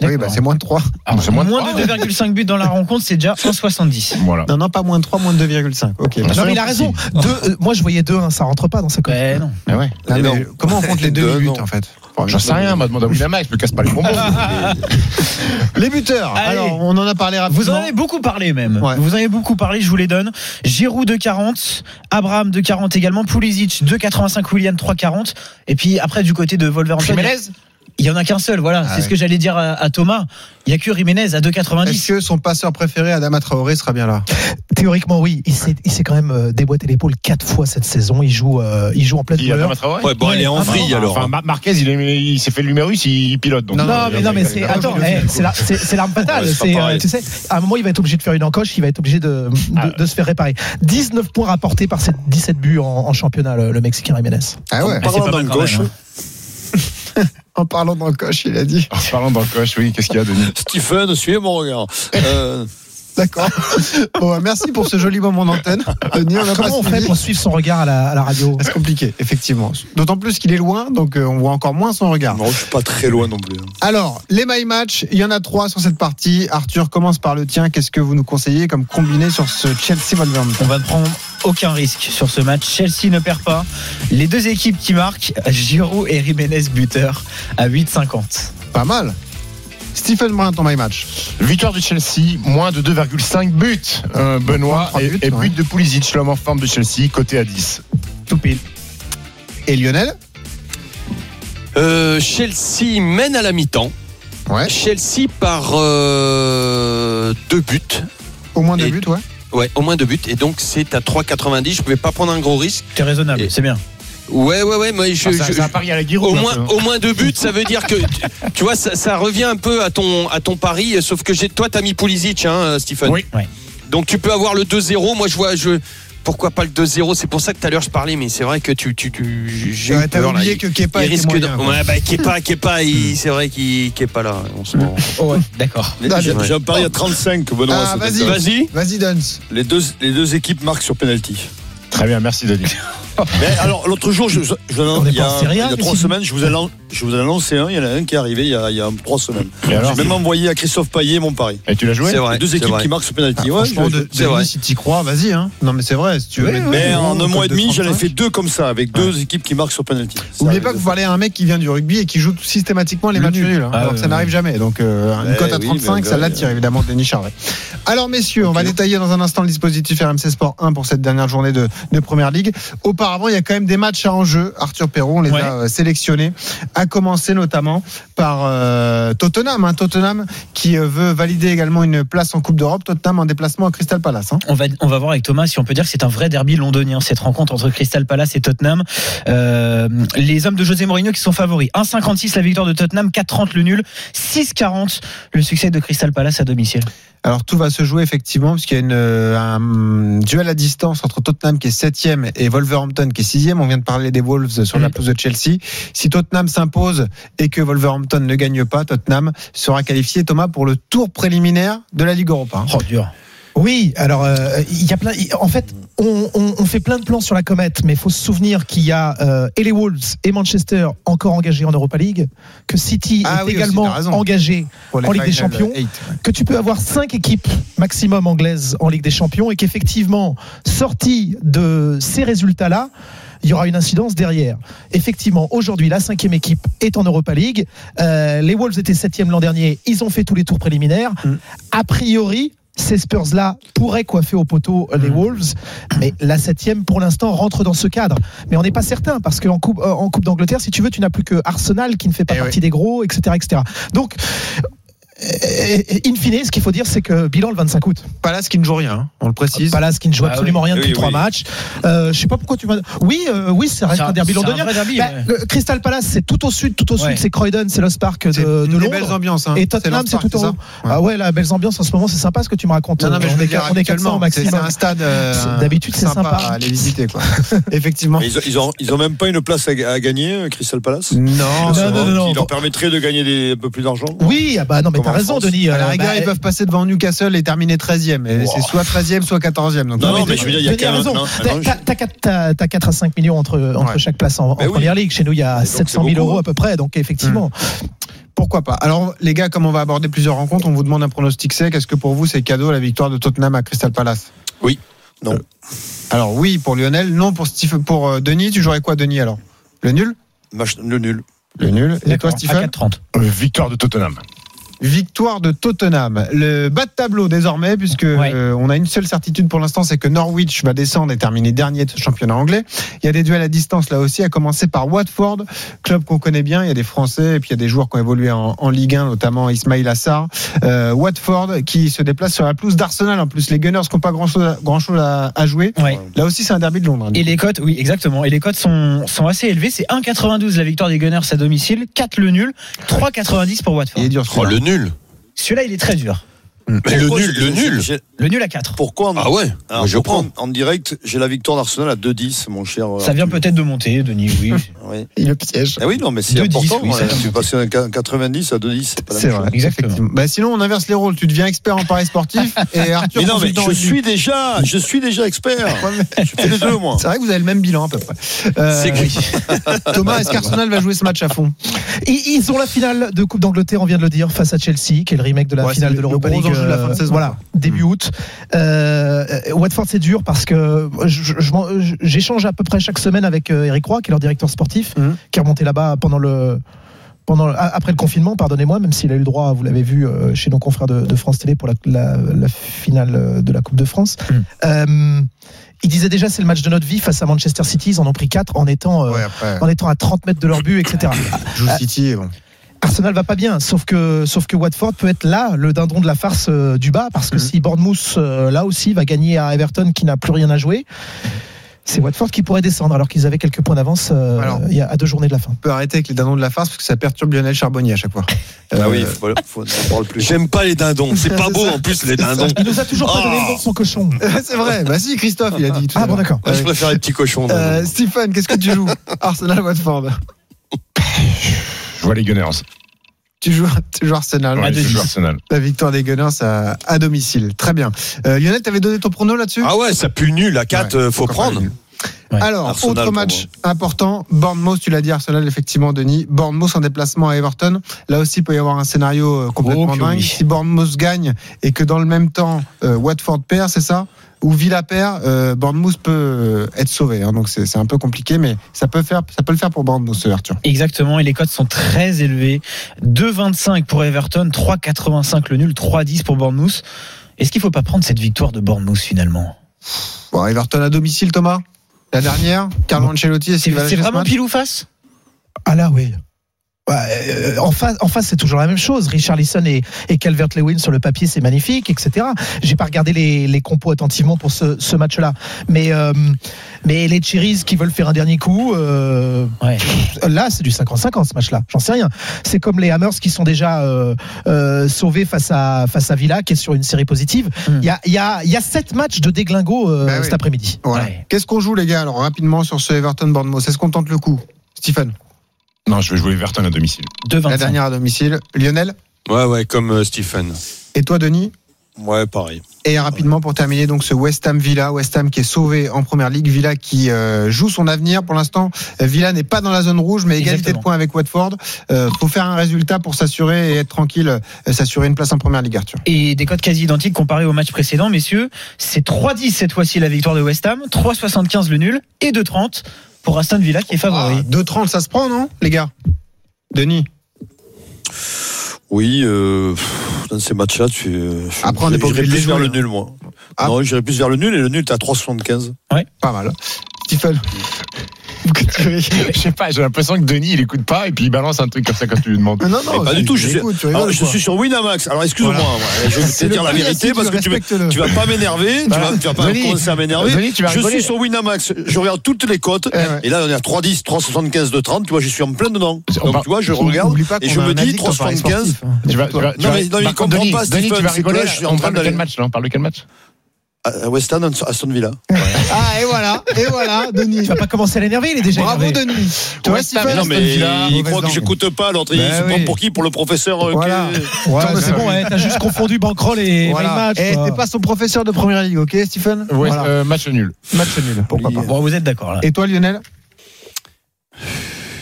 Oui, bah, c'est moins de 3. Ah, c'est moins Moins de de 2,5. 2,5 buts dans la rencontre, c'est déjà 1,70. Voilà. Non, non, pas moins de 3, moins de 2,5. Ok. bah, Non, mais il a raison. Deux- euh, moi, je voyais 2-1, ça rentre pas dans sa cote. Ouais, non. Ah ouais. Non, mais Énorme. comment on compte les deux Deux, buts non. en fait J'en sais rien, on m'a demandé à William, je me casse pas les Ah, bonbons. Les buteurs. Allez. Alors, on en a parlé rapidement. Vous en avez beaucoup parlé même. Ouais. Vous en avez beaucoup parlé, je vous les donne. Giroud de 40, Abraham de 40 également, Pulisic de 85, William 3,40. Et puis après du côté de Wolverhampton, il y en a qu'un seul, voilà. c'est ce ouais. que j'allais dire à, à Thomas. Il y a que Jiménez à 2,90. Est-ce que son passeur préféré, Adama Traoré, sera bien là Théoriquement, oui. Il s'est il s'est quand même euh, déboîté l'épaule 4 fois cette saison. Il joue, euh, il joue en pleine Qui, Adama douleur. Traoré ouais, bon, elle est en Ah, vrille alors. Enfin, Mar- Marquez, il, est- il s'est fait le numérus, il, il pilote. Donc, Non, euh, mais il- non, mais il- c'est il- attends, il- eh, c'est la- c'est c'est l'arme fatale. Ouais, c'est pas c'est, euh, pareil. tu sais, à un moment, il va être obligé de faire une encoche, il va être obligé de, de, Ah. de se faire réparer. 19 points rapportés par ces 17 buts en, en championnat, le, le Mexicain Jiménez. Ah ouais. Ah, c'est pas Parlant mal d'un quand gauche, même, hein. En parlant dans le coche, il a dit. En parlant dans le coche, oui, qu'est-ce qu'il y a, Denis Stephen, suivez mon regard. Euh, D'accord. Bon, bah, merci pour ce joli moment d'antenne. Denis, on a pas Comment on suivi. fait pour suivre son regard à la, à la radio C'est compliqué, effectivement. D'autant plus qu'il est loin, donc euh, on voit encore moins son regard. non, je suis pas très loin non plus. hein. Alors, les My Match, il y en a trois sur cette partie. Arthur, commence par le tien. Qu'est-ce que vous nous conseillez comme combiné sur ce Chelsea Wolverhampton On va ne prendre aucun risque sur ce match. Chelsea ne perd pas. Les deux équipes qui marquent, Giroud et Jiménez buteur à 8,50. Pas mal. Stephen Brun, ton My Match. Victoire de Chelsea, moins de 2,5 buts, euh, Benoît, Trois et, buts, et ouais. but de Pulisic, l'homme en forme de Chelsea, côté à 10. Tout pile. Et Lionel Euh, Chelsea mène à la mi-temps. Ouais. Chelsea par euh, deux buts. Au moins deux Et- buts, ouais. Ouais, au moins deux buts. Et donc c'est à 3,90. Je pouvais pas prendre un gros risque. C'est raisonnable, Et- c'est bien. Ouais, ouais, ouais. Moi, je, Ah, c'est je- c'est un pari à la Giroud. au là, moins, ça. au moins deux buts, ça veut dire que tu- tu vois, ça, ça revient un peu à ton à ton pari. euh, Sauf que j'ai toi, t'as mis Pulisic, hein, euh, Stephen. Oui. Ouais. Donc tu peux avoir le 2-0. Moi, je vois, je pourquoi pas le 2-0. C'est pour ça que tout à l'heure je parlais, mais c'est vrai que tu tu, tu j'ai eu Ouais, T'as peur, là. oublié Il- que Kepa il était risque moyen. de- quoi. Ouais, bah, Kepa, Kepa, il- c'est vrai qu'il n'est pas là en ce moment. D'accord. J'ai ouais. j'ai un pari à 35, Benoît. Ah, ça vas-y. t'intéresse. Vas-y. Vas-y, Duns. Les deux, les deux équipes marquent sur penalty. Très bien, merci, Denis. Mais alors l'autre jour, je, je- je- On est il, y pas en a, Serie A, il y a trois mais si- semaines, je vous ai lan- Je vous en ai annoncé un, il y en a un qui est arrivé il y a, il y a trois semaines. Et alors J'ai même envoyé à Christophe Payet mon pari. Et tu l'as joué C'est vrai. Les deux c'est équipes vrai. qui marquent ce penalty. Ouais, Ah, Franchement, je- de, c'est vrai. Denis, si t'y crois, vas-y. Hein. Non, mais c'est vrai, si tu veux. Ouais, mettre- Mais en un mois et Comme demi, j'en ai 35. fait deux comme ça, avec deux équipes qui marquent sur penalty. N'oubliez pas que vous parlez à un mec qui vient du rugby et qui joue systématiquement les matchs nuls, hein, alors que ça n'arrive jamais. Donc euh, une Eh cote à ah oui, 35, mais euh, ça oui, l'attire évidemment Denis Charvet. Alors messieurs, on va détailler dans un instant le dispositif RMC Sport 1 pour cette dernière journée de, de Première Ligue. Auparavant, il y a quand même des matchs à enjeu. Arthur Perron les Ouais. a euh, sélectionnés, à commencer notamment par euh, Tottenham. hein. Tottenham qui euh, veut valider également une place en Coupe d'Europe. Tottenham en déplacement à Crystal Palace. hein. On va, on va voir avec Thomas si on peut dire que c'est un vrai derby londonien, cette rencontre entre Crystal Palace et Tottenham. Euh, les hommes de José Mourinho qui sont favoris. 1,56 la victoire de Tottenham, 4,30 le nul, 6,40 le succès de Crystal Palace à domicile. Alors tout va se jouer effectivement parce qu'il y a une, euh, un duel à distance entre Tottenham qui est 7 et Wolverhampton qui est 6 On vient de parler des Wolves sur la Mhm. place de Chelsea. Si Tottenham s'impose et que Wolverhampton ne gagne pas, Tottenham sera qualifié, Thomas, pour le tour préliminaire de la Ligue Europa. hein. Oh, dur. Oui, alors euh, il y a plein. il- En fait, on, on- on fait plein de plans sur la comète, mais il faut se souvenir qu'il y a euh, et les Wolves et Manchester encore engagés en Europa League, que City Ah est oui, aussi, également t'as raison. engagé, Pour euh, En Ligue des Final Champions. Eight. que tu peux avoir cinq équipes maximum anglaises en Ligue des Champions et qu'effectivement, sorti de ces résultats-là, il y aura une incidence derrière. Effectivement, aujourd'hui, la cinquième équipe est en Europa League. Euh, les Wolves étaient septième l'an dernier. Ils ont fait tous les tours préliminaires. A priori, ces Spurs-là pourraient coiffer au poteau euh, les Wolves, mais la septième, pour l'instant, rentre dans ce cadre. Mais on n'est pas certain, parce qu'en Coupe, euh, en coupe d'Angleterre, si tu veux, tu n'as plus que Arsenal qui ne fait pas Eh partie des gros, etc. etc. Donc, euh, in fine, ce qu'il faut dire, c'est que bilan le 25 août. Palace qui ne joue rien, hein, on le précise. Palace qui ne joue Ah absolument rien depuis Oui, trois oui. matchs. Euh, je sais pas pourquoi tu m'as. Oui, euh, oui, ça reste C'est un, un- derby c'est un londonien. vrai derby, Bah, ouais. le Crystal Palace, c'est tout au sud, tout au Ouais. sud, c'est Croydon, c'est Los Park C'est Ah, de, de une des Londres. belles ambiances. hein. Et Tottenham, Lens c'est Park, tout au ça Ah ouais, la belle ambiance en ce moment, c'est sympa ce que tu me racontes. Non, non, mais on je veux est dire on est 400 actuellement, au c'est c'est maximum. un stade. euh, D'habitude, c'est sympa. à aller visiter, quoi. Effectivement. Mais Ils ont, ils, ont, ils ont même pas une place à, à gagner, euh, Crystal Palace Non, non, non, non. Qui leur permettrait de gagner des, un peu plus d'argent Oui, ah bah non, mais Comme t'as en raison, France. Denis. À la Euh, rigueur, bah, ils peuvent passer devant Newcastle et terminer 13e. Et C'est soit 13e, soit 14e. Donc, Non, non, t'es- mais je veux dire, il y a Denis quand même raison. un- un T'as- enjeu. t'as- T'as 4, à 5 millions entre, entre Ouais. chaque place en, en Ben oui. première ligue. Chez nous, il y a donc, 700 c'est 000 beaucoup. euros à peu près. Donc, effectivement, Pourquoi pas Alors, les gars, comme on va aborder plusieurs rencontres, on vous demande un pronostic sec. Est-ce que pour vous, c'est cadeau la victoire de Tottenham à Crystal Palace Euh, Non. Alors, oui, pour Lionel. Non, pour, Steve, pour euh, Denis. Tu jouerais quoi, Denis, alors Le nul Match- le nul. Le nul. Et toi, D'accord, à Stephen 4,30. Euh, Victoire de Tottenham. Victoire de Tottenham. Le bas de tableau désormais, puisque Ouais. euh, on a une seule certitude pour l'instant, c'est que Norwich va descendre et terminer dernier de ce championnat anglais. Il y a des duels à distance là aussi, à commencer par Watford, club qu'on connaît bien. Il y a des Français et puis il y a des joueurs qui ont évolué en, en Ligue 1, notamment Ismail Assar. Euh, Watford qui se déplace sur la pelouse d'Arsenal. En plus, les Gunners qui n'ont pas grand chose, grand chose à, à jouer. Ouais. Là aussi, c'est un derby de Londres. hein. Et les cotes, oui, exactement. Et les cotes sont, sont assez élevées. C'est 1,92 la victoire des Gunners à domicile, 4 le nul, 3,90 pour Watford. Il est dur. Oh, celui-là. le nul. Celui-là, il est très dur. Mais le Pourquoi nul, j'ai- le j'ai- nul. j'ai- Le nul à 4. Pourquoi en, Ah ouais. alors, Moi, je pourquoi prends. en- en direct, j'ai la victoire d'Arsenal à 2-10, mon cher. euh, Ça vient Arthur. peut-être de monter, Denis, oui. Oui. Il le piège. Ah oui, non, mais c'est 2-10, important. oui, ça ouais, vient de tu monter. passes d'un 90 à 2-10. c'est pas la C'est même chose. vrai, Exactement. effectivement. Bah, sinon, on inverse les rôles. Tu deviens expert en paris sportif et Arthur. Mais non, mais consultant je rugby. suis déjà, je suis déjà expert. Ouais, mais- Je fais les deux, moi. C'est vrai que vous avez le même bilan à peu près. Euh, C'est que- Thomas, est-ce qu'Arsenal va jouer ce match à fond ils, ils ont la finale de Coupe d'Angleterre, on vient de le dire, face à Chelsea, qui est le remake de la Ouais, finale c'est de le- le l'Europa gros League. enjeu de la euh, fin de saison, Mm. voilà, début août. Euh, euh, Watford, c'est dur parce que je- je- je m'en- je- j'échange à peu près chaque semaine avec euh, Eric Roy, qui est leur directeur sportif, Mhm. qui est remonté là-bas pendant le. Pendant, le- a- après le confinement, pardonnez-moi, même s'il a eu le droit, vous l'avez vu euh, chez nos confrères de, de France Télé pour la, la- la finale euh, de la Coupe de France. Mm. Mhm. Euh, il disait déjà c'est le match de notre vie face à Manchester City. Ils en ont pris 4 en étant euh, après. en étant à 30 mètres de leur but, etc. Joue City. Bon. Arsenal va pas bien, sauf que, sauf que Watford peut être là, le dindon de la farce euh, du bas, parce que Mhm. si Bournemouth, euh, là aussi, va gagner à Everton qui n'a plus rien à jouer, c'est Watford qui pourrait descendre, alors qu'ils avaient quelques points d'avance euh, Alors. il y a à deux journées de la fin. On peut arrêter avec les dindons de la farce parce que ça perturbe Lionel Charbonnier à chaque fois. Ah oui, Euh, faut, faut, on parle plus. J'aime pas les dindons. C'est pas C'est beau ça. en plus les dindons. Il nous a toujours pas Ah. donné le nom de son cochon. c'est vrai. Bah si, Christophe, il a dit. tout à Ah bon, l'heure. d'accord. Moi, je Ouais. préfère les petits cochons. Euh, dindons. Stéphane, qu'est-ce que tu joues Arsenal Watford. Je vois les Gunners. Tu joues, tu joues Arsenal. Ouais, je joue Arsenal. La victoire des Gunners à, à domicile. Très bien. Euh, Lionel, t'avais donné ton prono là-dessus Ah ouais, ça pue le nul à 4, faut Encore pas prendre. nul. Alors, Arsenal autre pour match important, Bournemouth, tu l'as dit, Arsenal, effectivement, Denis. Bournemouth en déplacement à Everton. Là aussi, il peut y avoir un scénario euh, complètement Oh, que dingue. oui. Si Bournemouth gagne et que dans le même temps, euh, Watford perd, c'est ça Ou Villa perd, euh, Bournemouth peut euh, être sauvé. hein. donc, c'est c'est un peu compliqué, mais ça peut, faire, ça peut le faire pour Bournemouth, euh, Arthur. Exactement, et les cotes sont très élevées. 2,25 pour Everton, 3,85 le nul, 3,10 pour Bournemouth. Est-ce qu'il faut pas prendre cette victoire de Bournemouth finalement Bon, Everton à domicile, Thomas La dernière, Carlo Ancelotti, est-ce C'est qu'il va c'est lâcher ce vraiment match pile ou face Ah là, oui. Ouais, euh, en face, en face, c'est toujours la même chose. Richarlison et, et Calvert-Lewin sur le papier, c'est magnifique, etc. J'ai pas regardé les, les compos attentivement pour ce, ce match-là, mais euh, mais les Cherries qui veulent faire un dernier coup, euh, Ouais. là, c'est du 50-50 ce match-là. J'en sais rien. C'est comme les Hammers qui sont déjà euh, euh, sauvés face à face à Villa, qui est sur une série positive. Il Mm. y a il y a il y a sept matchs de déglingo euh, Bah oui. cet après-midi. Voilà. Ouais. Qu'est-ce qu'on joue, les gars, alors, rapidement sur ce Everton-Bournemouth Est-ce qu'on tente le coup Stéphane, Non, je vais jouer Everton à domicile. la 2,25. dernière à domicile. Lionel Ouais, ouais, comme euh, Stephen. Et toi, Denis Ouais, pareil. Et rapidement pour terminer donc ce West Ham Villa, West Ham qui est sauvé en première ligue, Villa qui euh, joue son avenir pour l'instant. Euh, Villa n'est pas dans la zone rouge, mais égalité Exactement. de points avec Watford. Euh, faut faire un résultat pour s'assurer et être tranquille, euh, s'assurer une place en première ligue, Arthur. Et des cotes quasi identiques comparées au match précédent, messieurs. C'est 3,10 cette fois-ci la victoire de West Ham, 3,75 le nul et 2,30 pour Aston Villa qui est favori. 2,30 Ah, ça se prend, non, les gars Denis. Oui, euh, pff, dans ces matchs-là, tu. euh, je- Après, on n'est pas j'irais obligé de les plus vers jouer, le hein. nul, moi. Ah. Non, j'irais plus vers le nul et le nul, t'as 3,75. Pas mal. Stephen. je sais pas, j'ai l'impression que Denis, il écoute pas et puis il balance un truc comme ça quand tu lui demandes. non, non, pas du tout, je suis- écoute, tu rigoles, Alors, je quoi. suis sur Winamax. Alors, excuse-moi, Voilà. ouais, je vais te C'est le dire la prix, vérité Yacine, parce que tu vas, respectes-le. tu vas pas m'énerver, tu vas, tu vas pas Denis, commencer à m'énerver. Denis, tu vas je rigoler. suis sur Winamax, je regarde toutes les cotes, Eh ouais. et là, on est à 3,10, 3,75 de 30, tu vois, je suis en plein dedans. On Donc, par- tu vois, je Ou- regarde, oublie pas et qu'on je a me un dis addict en paris 3,75. sportif, hein. Tu vas, tu vas- tu vas- mais- non, mais il par contre, comprend Denis, pas, Denis, tu Stephen, vas c'est rigoler. que là, je suis en on train parle de d'aller- quel match là On parle de quel match à euh, West Ham, Aston Villa. Ah, et voilà, et voilà, Denis. Tu vas pas commencer à l'énerver, il est déjà Bravo, énervé. Denis. Tu vois, West Ham, Stephen, Mais non, mais il croit que Mauvaise j'écoute pas, l'autre, il Ben se prend oui. pour qui Pour le professeur euh, Voilà. qui- Ouais, Attends, mais c'est bah bon, oui. ouais, t'as juste confondu Bankroll et Voilà. Main Match. Eh, quoi. t'es pas son professeur de première ligue, ok, Stephen Ouais, Voilà. euh, Match nul. Match nul, pourquoi pas. Bon, vous êtes d'accord là. Et toi, Lionel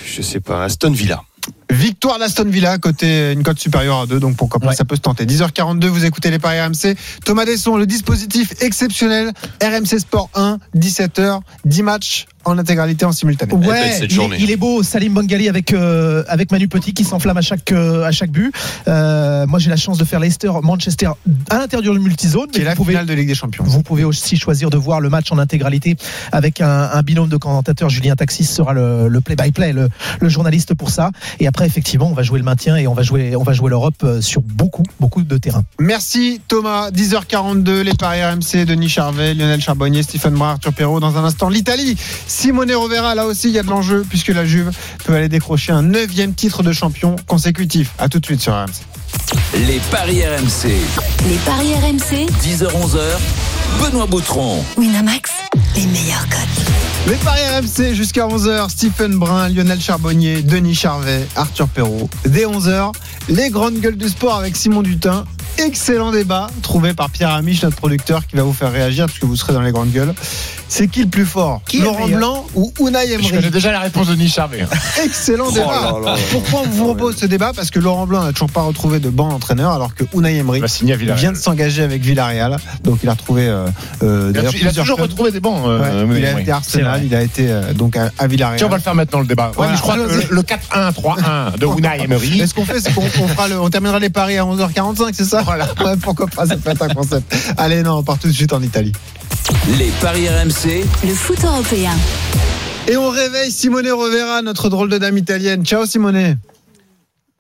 Je sais pas, Aston Villa. Victoire d'Aston Villa, côté une cote supérieure à 2, donc pourquoi pas, Ouais. ça peut se tenter. 10h42, vous écoutez les paris RMC. Thomas Desson, le dispositif exceptionnel, RMC Sport 1, 17h, 10 matchs en intégralité en simultané. Elle est Ouais, belle, Eh, cette il, journée. hein. est, il est beau, Salim Bangali avec euh, avec Manu Petit qui s'enflamme à chaque euh, à chaque but. Euh, moi j'ai la chance de faire Leicester Manchester à l'intérieur du multizone. Qui est mais la Vous pouvez, finale de Ligue des Champions. vous pouvez aussi choisir de voir le match en intégralité avec un, un binôme de commentateurs. Julien Taxis sera le le play-by-play, le, le journaliste pour ça. Et après effectivement on va jouer le maintien et on va jouer on va jouer l'Europe euh, sur beaucoup beaucoup de terrains. Merci Thomas, 10h42, les Paris RMC, Denis Charvet, Lionel Charbonnier, Stephen Brun, Arthur Perrault. Dans un instant, l'Italie, Simone Rovera, là aussi il y a de l'enjeu puisque la Juve peut aller décrocher un neuvième titre de champion consécutif. A tout de suite sur RMC. Les paris RMC. Les paris RMC, 10h-11h. Benoît Boutron. Winamax, les meilleurs cotes. Les Paris RMC jusqu'à 11h, Stephen Brun, Lionel Charbonnier, Denis Charvet, Arthur Perrault. Dès 11h, les grandes gueules du sport avec Simon Dutin. Excellent débat trouvé par Pierre Amiche, notre producteur, qui va vous faire réagir puisque vous serez dans les grandes gueules. C'est qui le plus fort est le Laurent meilleur Blanc ou Unai Je Emery connais déjà la réponse de Denis Charvet. Excellent Oh débat. là là là. Pourquoi on vous propose ce débat Parce que Laurent Blanc n'a toujours pas retrouvé de banc entraîneur, alors que Unai Emery Il va signer Bah, à Villarreal. vient de s'engager avec Villarreal. Donc il a retrouvé. euh, euh, Il a, d'ailleurs il a plusieurs toujours clubs. retrouvé des bancs. Ouais, euh, il Monet, a oui. été à Arsenal, il a été euh, donc à, à Villarreal. Tiens, on va le faire maintenant le débat. Ouais, Voilà. mais je crois que le, le 4-1, 3-1 de Unai Emery. Mais ce qu'on fait, c'est qu'on on fera le- on terminera les paris à 11h45, c'est ça Voilà. pourquoi pas, ça peut être un concept. Allez, non, on part tout de suite en Italie. Les paris RMC. Le foot européen. Et on réveille Simone Rovera, notre drôle de dame italienne. Ciao Simone.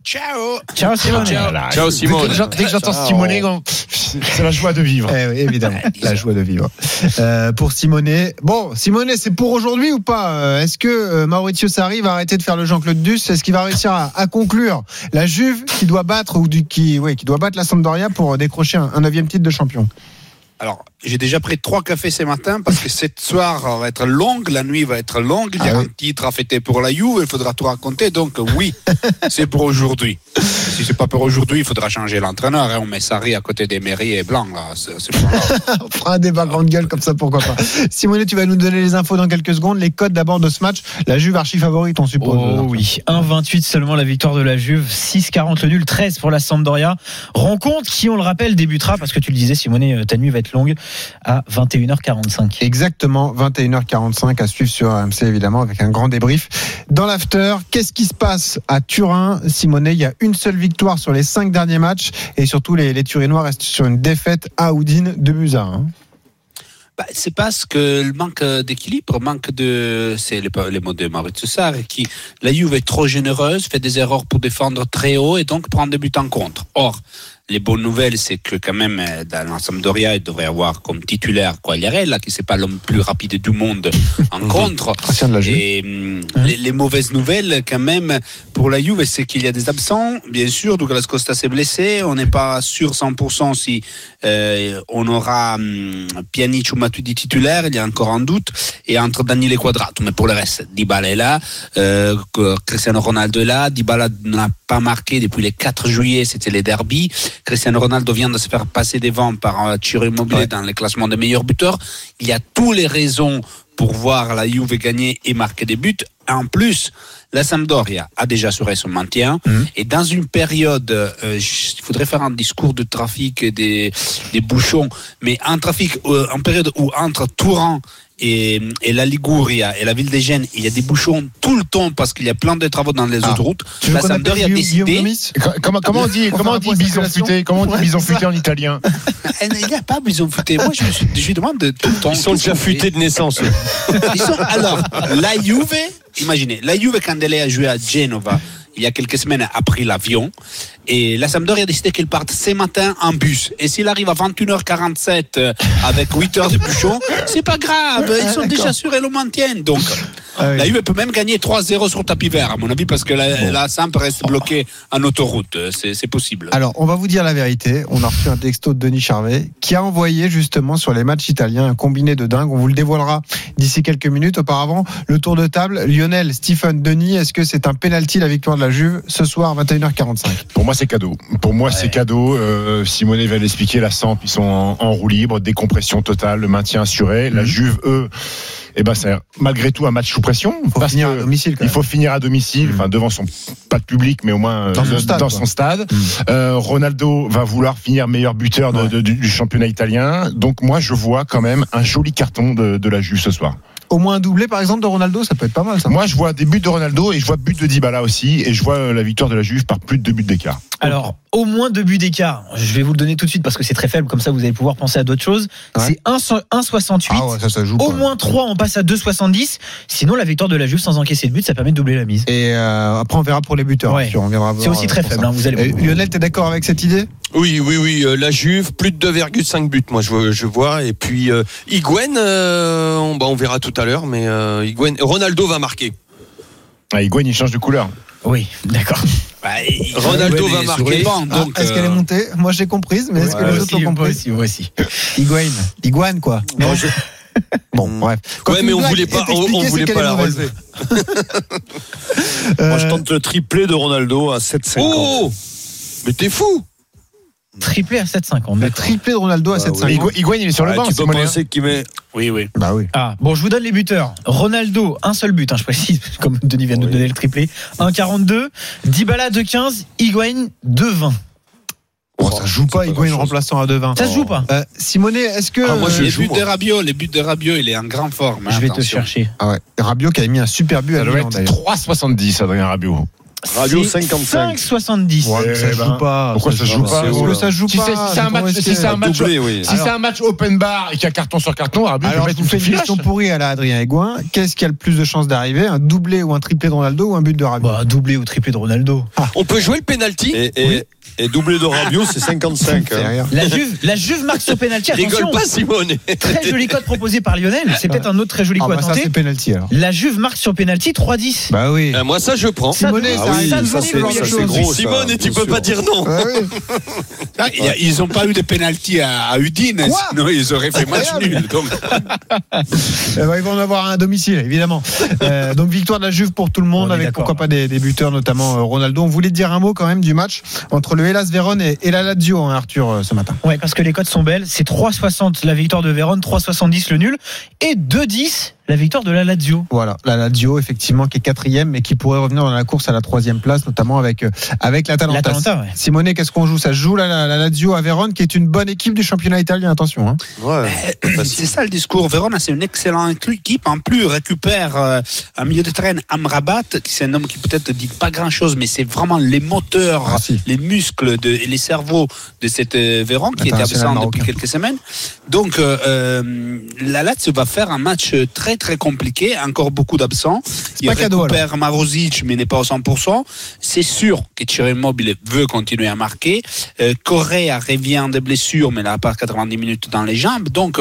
Ciao Simon. Voilà. Ciao, Simone. Dès que j'en- Dès que j'entends Ciao. Simonet, on- c'est la joie de vivre. Eh oui, évidemment, la joie de vivre. Euh, pour Simone. Bon, Simone, c'est pour aujourd'hui ou pas Euh, Est-ce que euh, Maurizio Sarri va arrêter de faire le Jean-Claude Duss Est-ce qu'il va réussir à, à conclure la Juve qui euh, doit battre ou du, qui, ouais, qui doit battre la Sampdoria pour décrocher un un neuvième titre de champion Alors, J'ai déjà pris trois cafés ce matin parce que cette soirée va être longue, la nuit va être longue. Il y Ah a un titre à fêter pour la Juve, il faudra tout raconter. Donc oui, c'est pour aujourd'hui. Si c'est pas pour aujourd'hui, il faudra changer l'entraîneur. hein. On met Sarri à côté des mairies et Blanc. Là. C'est- c'est pas grave. On fera un débat grande gueule comme ça, pourquoi pas. Simonet, tu vas nous donner les infos dans quelques secondes. Les codes d'abord de ce match. La Juve archi favorite, on suppose. Oh oui, 1,28 seulement la victoire de la Juve, 6,40 le nul, 13 pour la Sampdoria. Rencontre qui, on le rappelle, débutera, parce que tu le disais, Simonet, euh, ta nuit va être longue, à 21h45. Exactement, 21h45 à suivre sur AMC évidemment avec un grand débrief. Dans l'after, qu'est-ce qui se passe à Turin Simonet, il y a une seule victoire sur les cinq derniers matchs et surtout les, les Turinois restent sur une défaite à Oudine de Musa. hein. Bah, c'est parce que le manque d'équilibre, manque de, c'est les, les mots de Maurizio Sarri, qui, la Juve est trop généreuse, fait des erreurs pour défendre très haut et donc prend des buts en contre. Or, les bonnes nouvelles, c'est que quand même, euh, dans la Sampdoria, il devrait avoir comme titulaire Quagliarella, qui c'est pas l'homme plus rapide du monde en contre. Ancien de la Juve. Et hum, les, les mauvaises nouvelles, quand même, pour la Juve, c'est qu'il y a des absents. Bien sûr, Douglas Costa s'est blessé. On n'est pas sûr 100% si euh, on aura hum, Pjanic ou Matuidi titulaire. Il y a encore un doute. Et entre Daniel et Quadrato. Mais pour le reste, Dybala est là. euh, que- Cristiano Ronaldo est là. Dybala n'a pas marqué depuis le 4 juillet. C'était les derbies. Cristiano Ronaldo vient de se faire passer devant par euh, Ciro Immobile dans le classement des meilleurs buteurs. Il y a toutes les raisons pour voir la Juve gagner et marquer des buts. En plus, la Sampdoria a déjà assuré son maintien. Et dans une période, euh, je- il faudrait faire un discours de trafic et des, des bouchons, mais un trafic, euh, en période où entre Touran et, et la Liguria et la ville des Gênes, il y a des bouchons tout le temps parce qu'il y a plein de travaux dans les autoroutes. Ah. Tu veux La qu'on appelle Sampdoria a Guillaume- Guillaume décidé. Gomis Eh, Comment, comment on dit, Pour comment faire on un dit point bison circulation futé Comment on dit Ouais, bison c'est futé en italien Il n'y a pas besoin de fouter. Moi, je, me suis- je lui demande de- tout le temps. Ils sont tout déjà le temps. futés de naissance. eux. Ils sont- alors, la Juve, imaginez, la Juve, quand elle a joué à Genova, il y a quelques semaines, a pris l'avion. Et la Sampdoria a décidé qu'elle parte ce matin en bus. Et s'il arrive à 21h47 euh, avec 8 heures de bouchon, c'est pas grave. Ils sont déjà sûrs et le maintiennent. Donc, Ah oui. la Juve peut même gagner 3-0 sur tapis vert, à mon avis, parce que la, la Samp reste bloquée en autoroute. Euh, C'est c'est possible. Alors, on va vous dire la vérité. On a reçu un texto de Denis Charvet qui a envoyé justement sur les matchs italiens un combiné de dingue. On vous le dévoilera d'ici quelques minutes. Auparavant, le tour de table. Lionel, Stephen, Denis, est-ce que c'est un penalty la victoire de la Juve ce soir à 21h45 Pour moi, c'est cadeau. Pour moi, c'est cadeau. Euh, Simonet va l'expliquer. La Samp, ils sont en, en roue libre, décompression totale, le maintien assuré. Mhm. La Juve, eux, eh ben, c'est malgré tout un match sous pression. Faut parce finir que à domicile, quand Il même. Mhm. faut finir à domicile, enfin devant son pas de public, mais au moins euh, Dans son stade, dans quoi. Mhm. son stade. Euh, Ronaldo va vouloir finir meilleur buteur de- de- du, du championnat italien. Donc moi, je vois quand même un joli carton de, de la Juve ce soir. Au moins un doublé, par exemple, de Ronaldo, ça peut être pas mal, ça. Moi, je vois des buts de Ronaldo et je vois but de Dybala aussi et je vois euh, la victoire de la Juve par plus de deux buts d'écart. Alors, au moins deux buts d'écart. Je vais vous le donner tout de suite parce que c'est très faible, comme ça vous allez pouvoir penser à d'autres choses. Ouais. C'est 1,68. Ah ouais, ça, ça joue. Au quand même. moins 3, on passe à 2,70. Sinon, la victoire de la Juve sans encaisser de but, ça permet de doubler la mise. Et euh, après, on verra pour les buteurs. Ouais. bien sûr, on viendra C'est voir, aussi euh, très pour faible, ça. hein, vous allez Et Lionel, t'es d'accord avec cette idée Oui, oui, oui. euh, la Juve, plus de 2,5 buts, moi, je, vois- je vois. Et puis, euh, Higuain, euh, on, bah, on verra tout à l'heure, mais euh, Higuain, Ronaldo va marquer. Ah, Higuain, il change de couleur. Oui, d'accord. Bah, il- Ronaldo va est sur marquer. les bancs, Ah, donc, Est-ce qu'elle est euh, montée Moi, j'ai comprise, mais est-ce que les autres l'ont compris voici. Iguane. Iguane, quoi. Non, je- Bon, bref. Quand Ouais, tu mais on blagues voulait et pas- on- t'expliquer, on c'est voulait qu'elle pas est la mauvaise. relever. Euh, Moi, Euh, je tente le triplé de Ronaldo à 7,50. Oh Mais t'es fou Triplé à 7,50. Le d'accord. triplé de Ronaldo à Bah, 7,50. oui. Higuain, Higuain, il est sur Ouais, le banc. Ah, tu peux Simonet, hein. penser qu'il met. Oui, oui. Bah oui. Ah, bon, je vous donne les buteurs. Ronaldo, un seul but, hein, je précise, comme Denis vient de nous donner le triplé. 1,42. Dybala, 2,15. Higuain, 2,20. Oh, ça joue pas, Higuain remplaçant à 2,20. Ça se joue pas. Euh, Simonet, est-ce que. Ah, moi, je euh, les buts de Rabiot, les buts de Rabiot, il est en grande forme. hein, Je vais te attention. chercher. ah ouais, Rabiot qui a mis un super but à Ça doit Milan être d'ailleurs. 3,70 Adrien Rabiot. Radio C'est 55. 5,70. Ouais, ça se ben, joue pas. pourquoi ça se joue pas Parce que ça se joue Si pas. c'est- si c'est un donc on match- risque- si c'est un match- Doublé, oui. Si c'est un match open bar et qu'il y a carton sur carton, Rabiot Alors, peut je mettre vous fais une une question filache. pourrie à la Adrien Higuain. Qu'est-ce qui a le plus de chances d'arriver Un Bah, doublé ou un triplé de Ronaldo ou un but de Rabiot Bah, doublé ou triplé de Ronaldo. On peut jouer le penalty Et, et, Et doublé de Rabiot, c'est 55. hein. La Juve, la Juve marque ce pénalty. Rigole attention. pas, Simone. Très joli code proposé par Lionel. C'est peut-être un autre très joli coup à bah, ça, tenter. c'est penalty alors. La Juve marque sur pénalty 3-10. Bah oui. Euh, moi, ça, je prends. Simonet, Ah oui, ça, ça, c'est- Simonet, ça, quelque c'est chose. gros, ça, Simone, bien et tu peux sûr. pas dire non. Ah oui. Ah, il y a- ils n'ont pas eu de pénalty à, à Udine, Quoi sinon ils auraient fait match nul. Donc, Euh, bah, ils vont en avoir un à domicile, évidemment. Euh, donc victoire de la Juve pour tout le monde, On est avec d'accord. pourquoi pas des, des buteurs, notamment euh, Ronaldo. On voulait dire un mot quand même du match entre le Hellas Vérone et, et la Lazio, hein, Arthur, euh, ce matin. Ouais, parce que les codes sont belles. C'est 3,60 la victoire de Vérone, 3,70 le nul et 2,10 la victoire de la Lazio. Voilà, la Lazio, effectivement, qui est quatrième, mais qui pourrait revenir dans la course à la troisième place, notamment avec euh, avec la Talenta. L'Atalanta, ouais. Simone, qu'est-ce qu'on joue Ça se joue la, la, la Lazio à Vérone, qui est une bonne équipe du championnat italien. Attention. Hein. Ouais. c'est ça le discours. Verona, c'est une excellente équipe. En plus, récupère euh, un milieu de terrain, Amrabat, qui c'est un homme qui peut-être ne dit pas grand-chose, mais c'est vraiment les moteurs, Ah, si. les muscles de, et les cerveaux de cette euh, Véron qui était International absent depuis marocain. quelques semaines. Donc, euh, euh, la Lazio va faire un match très très compliqué. Encore beaucoup d'absents. Il pas cadeau, récupère Marozic, mais n'est pas au 100%. C'est sûr que Thierry Mobile veut continuer à marquer. Euh, Correa revient de blessure, mais n'a pas 90 minutes dans les jambes. Donc,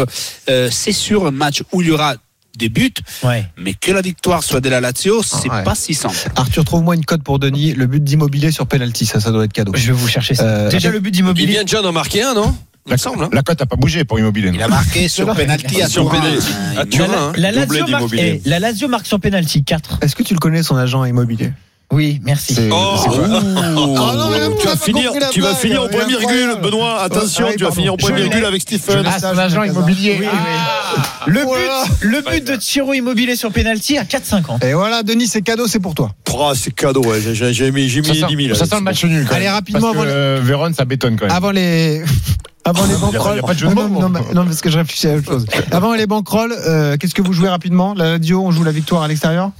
euh, c'est sûr un match où il y aura des buts, Ouais. mais que la victoire soit de la Lazio, c'est ouais. pas si simple. Arthur, trouve-moi une cote pour Denis. Le but d'immobilier sur penalty, ça, ça doit être cadeau. Je vais vous chercher ça. Euh, Déjà le but Il d'immobilier. vient déjà d'en marquer un, non Il me semble. hein. La cote n'a pas bougé pour Immobilier. non Il a marqué sur penalty à Sur Turin. penalty. Euh, Ah, À il- Turin, hein. Doublé La, Lazio marque, d'immobilier. eh, la Lazio marque sur penalty 4. Est-ce que tu le connais, son agent immobilier Oui, merci. C'est- Oh, c'est quoi Ah, tu vas finir, tu vas finir en point virgule, Benoît. Attention, Ah oui, tu vas pardon. finir en point Je l'ai. virgule avec Stephen. Ah, son agent immobilier. Ah Oh Oui, oui. Le but, le but de Tiro Immobilier sur penalty à 4,50. Et voilà, Denis, c'est cadeau, c'est pour toi. Oh, c'est cadeau, ouais. J'ai- j'ai j'ai mis, j'ai mis Ça 10 sent, 000. là. ça sent le match nul. Quand Allez, même. rapidement, Parce que, avant les- euh, Vérone, ça bétonne quand même. Avant les. Avant les Y a pas- y a bankrolls. pas de jeu de non, mots. non, mais- non, parce que je réfléchis à autre chose. Avant les bankrolls, euh, qu'est-ce que vous jouez rapidement La radio, on joue la victoire à l'extérieur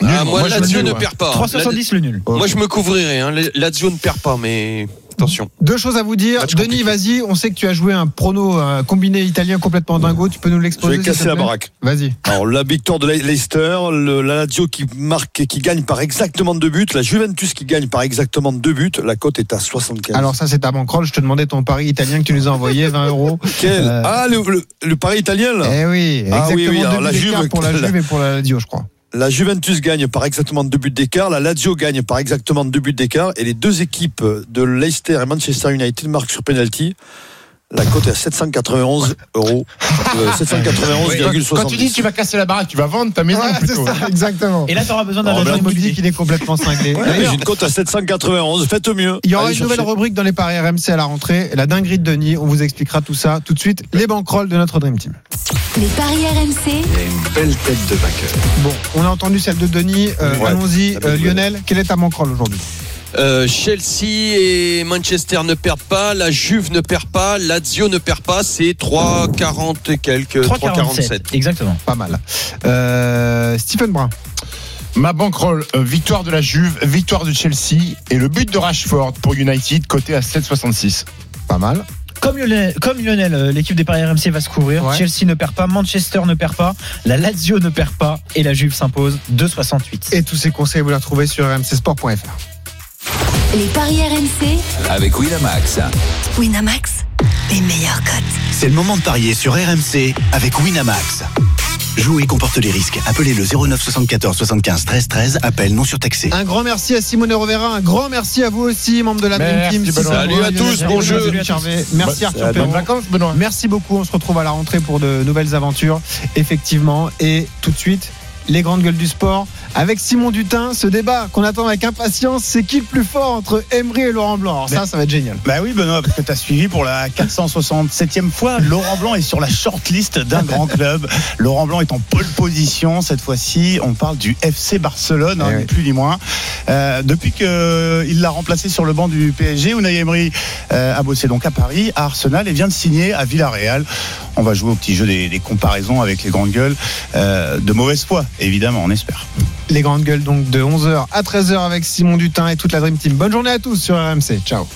Nul, Ah, moi, moi, je me Lazio dis, ne ouais. perd pas. 3,70 le nul. Oh. La- Moi, je me couvrirai. Hein. La- Lazio ne perd pas, mais attention. Deux choses à vous dire. Match Denis, compliqué. vas-y, on sait que tu as joué un prono un combiné italien complètement dingo. Tu peux nous Je l'exposer vais s'il te casser la plaît baraque. Vas-y. Alors, la victoire de Le- Leicester, le, la Lazio qui marque et qui gagne par exactement deux buts, la Juventus qui gagne par exactement deux buts, la cote est à 75. Alors, ça, c'est ta bankroll. Je te demandais ton pari italien que tu nous as envoyé, 20 euros. Quel- euh, Ah, le, le, le pari italien, là. Eh oui, exactement. Ah oui, oui, alors deux la buts d'écart Juve- pour la Juve et pour la radio, je crois. La Juventus gagne par exactement deux buts d'écart. La Lazio gagne par exactement deux buts d'écart. Et les deux équipes de Leicester et Manchester United marquent sur penalty. La cote est à 791 euros. Euh, 791,70. Quand tu dis que tu vas casser la baraque, tu vas vendre ta maison Ouais, c'est plutôt. ça, exactement. Et là, t'auras besoin d'un Oh, agent ben, immobilier immobilier. qu'il est complètement cinglé. Ouais, mais Ah J'ai une cote à 791. Faites mieux. Il y aura Allez une nouvelle chercher. rubrique dans les paris RMC à la rentrée, la dinguerie de Denis. On vous expliquera tout ça tout de suite. Les bankrolls de notre Dream Team. Les paris RMC. Il a une belle tête de vainqueur. Bon, on a entendu celle de Denis. Euh, Ouais. Allons-y, Ah ben, Euh, oui. Lionel. Quel est ta bankroll aujourd'hui Euh, Chelsea et Manchester ne perdent pas. La Juve ne perd pas. Lazio ne perd pas. C'est 3,40 et quelques. 3,47. 3,47. Exactement. Pas mal. Euh, Stephen Brun. Ma bankroll, euh, victoire de la Juve, victoire de Chelsea et le but de Rashford pour United, coté à 7,66. Pas mal. Comme Lionel, comme Lionel, euh, l'équipe des Paris RMC va se couvrir. Ouais. Chelsea ne perd pas, Manchester ne perd pas, la Lazio ne perd pas et la Juve s'impose 2,68. Et tous ces conseils, vous les retrouvez sur rmcsport.fr. Les paris RMC. Avec Winamax. Winamax. Les meilleurs cotes. C'est le moment de parier sur RMC avec Winamax. Jouer comporte les risques. Appelez le 09 74 75 13 13. Appel non surtaxé. Un grand merci à Simone Rovera. Un grand merci à vous aussi, membres de la Merci, Dream Team. Benoît. Sylvain Salut Brun, à Lionel tous, bon Jarry, jeu. Denis Charvet. Merci Bah, Arthur Bonnes Perron. vacances, Benoît. Merci beaucoup. On se retrouve à la rentrée pour de nouvelles aventures, effectivement. Et tout de suite, les grandes gueules du sport. Avec Simon Dutin, ce débat qu'on attend avec impatience, c'est qui le plus fort entre Emery et Laurent Blanc Alors ça, ça va être génial. Bah oui, Benoît, parce que t'as suivi pour la 467e fois. Laurent Blanc est sur la shortlist d'un grand club. Laurent Blanc est en pole position cette fois-ci. On parle du FC Barcelone, hein, Eh ni oui. plus ni moins. Euh, depuis qu'il l'a remplacé sur le banc du PSG, Unai Emery euh, a bossé donc à Paris, à Arsenal et vient de signer à Villarreal. On va jouer au petit jeu des, des comparaisons avec les grandes gueules euh, de mauvaise foi, évidemment, on espère. Les grandes gueules donc de 11h à 13h avec Simon Dutin et toute la Dream Team. Bonne journée à tous sur RMC. Ciao.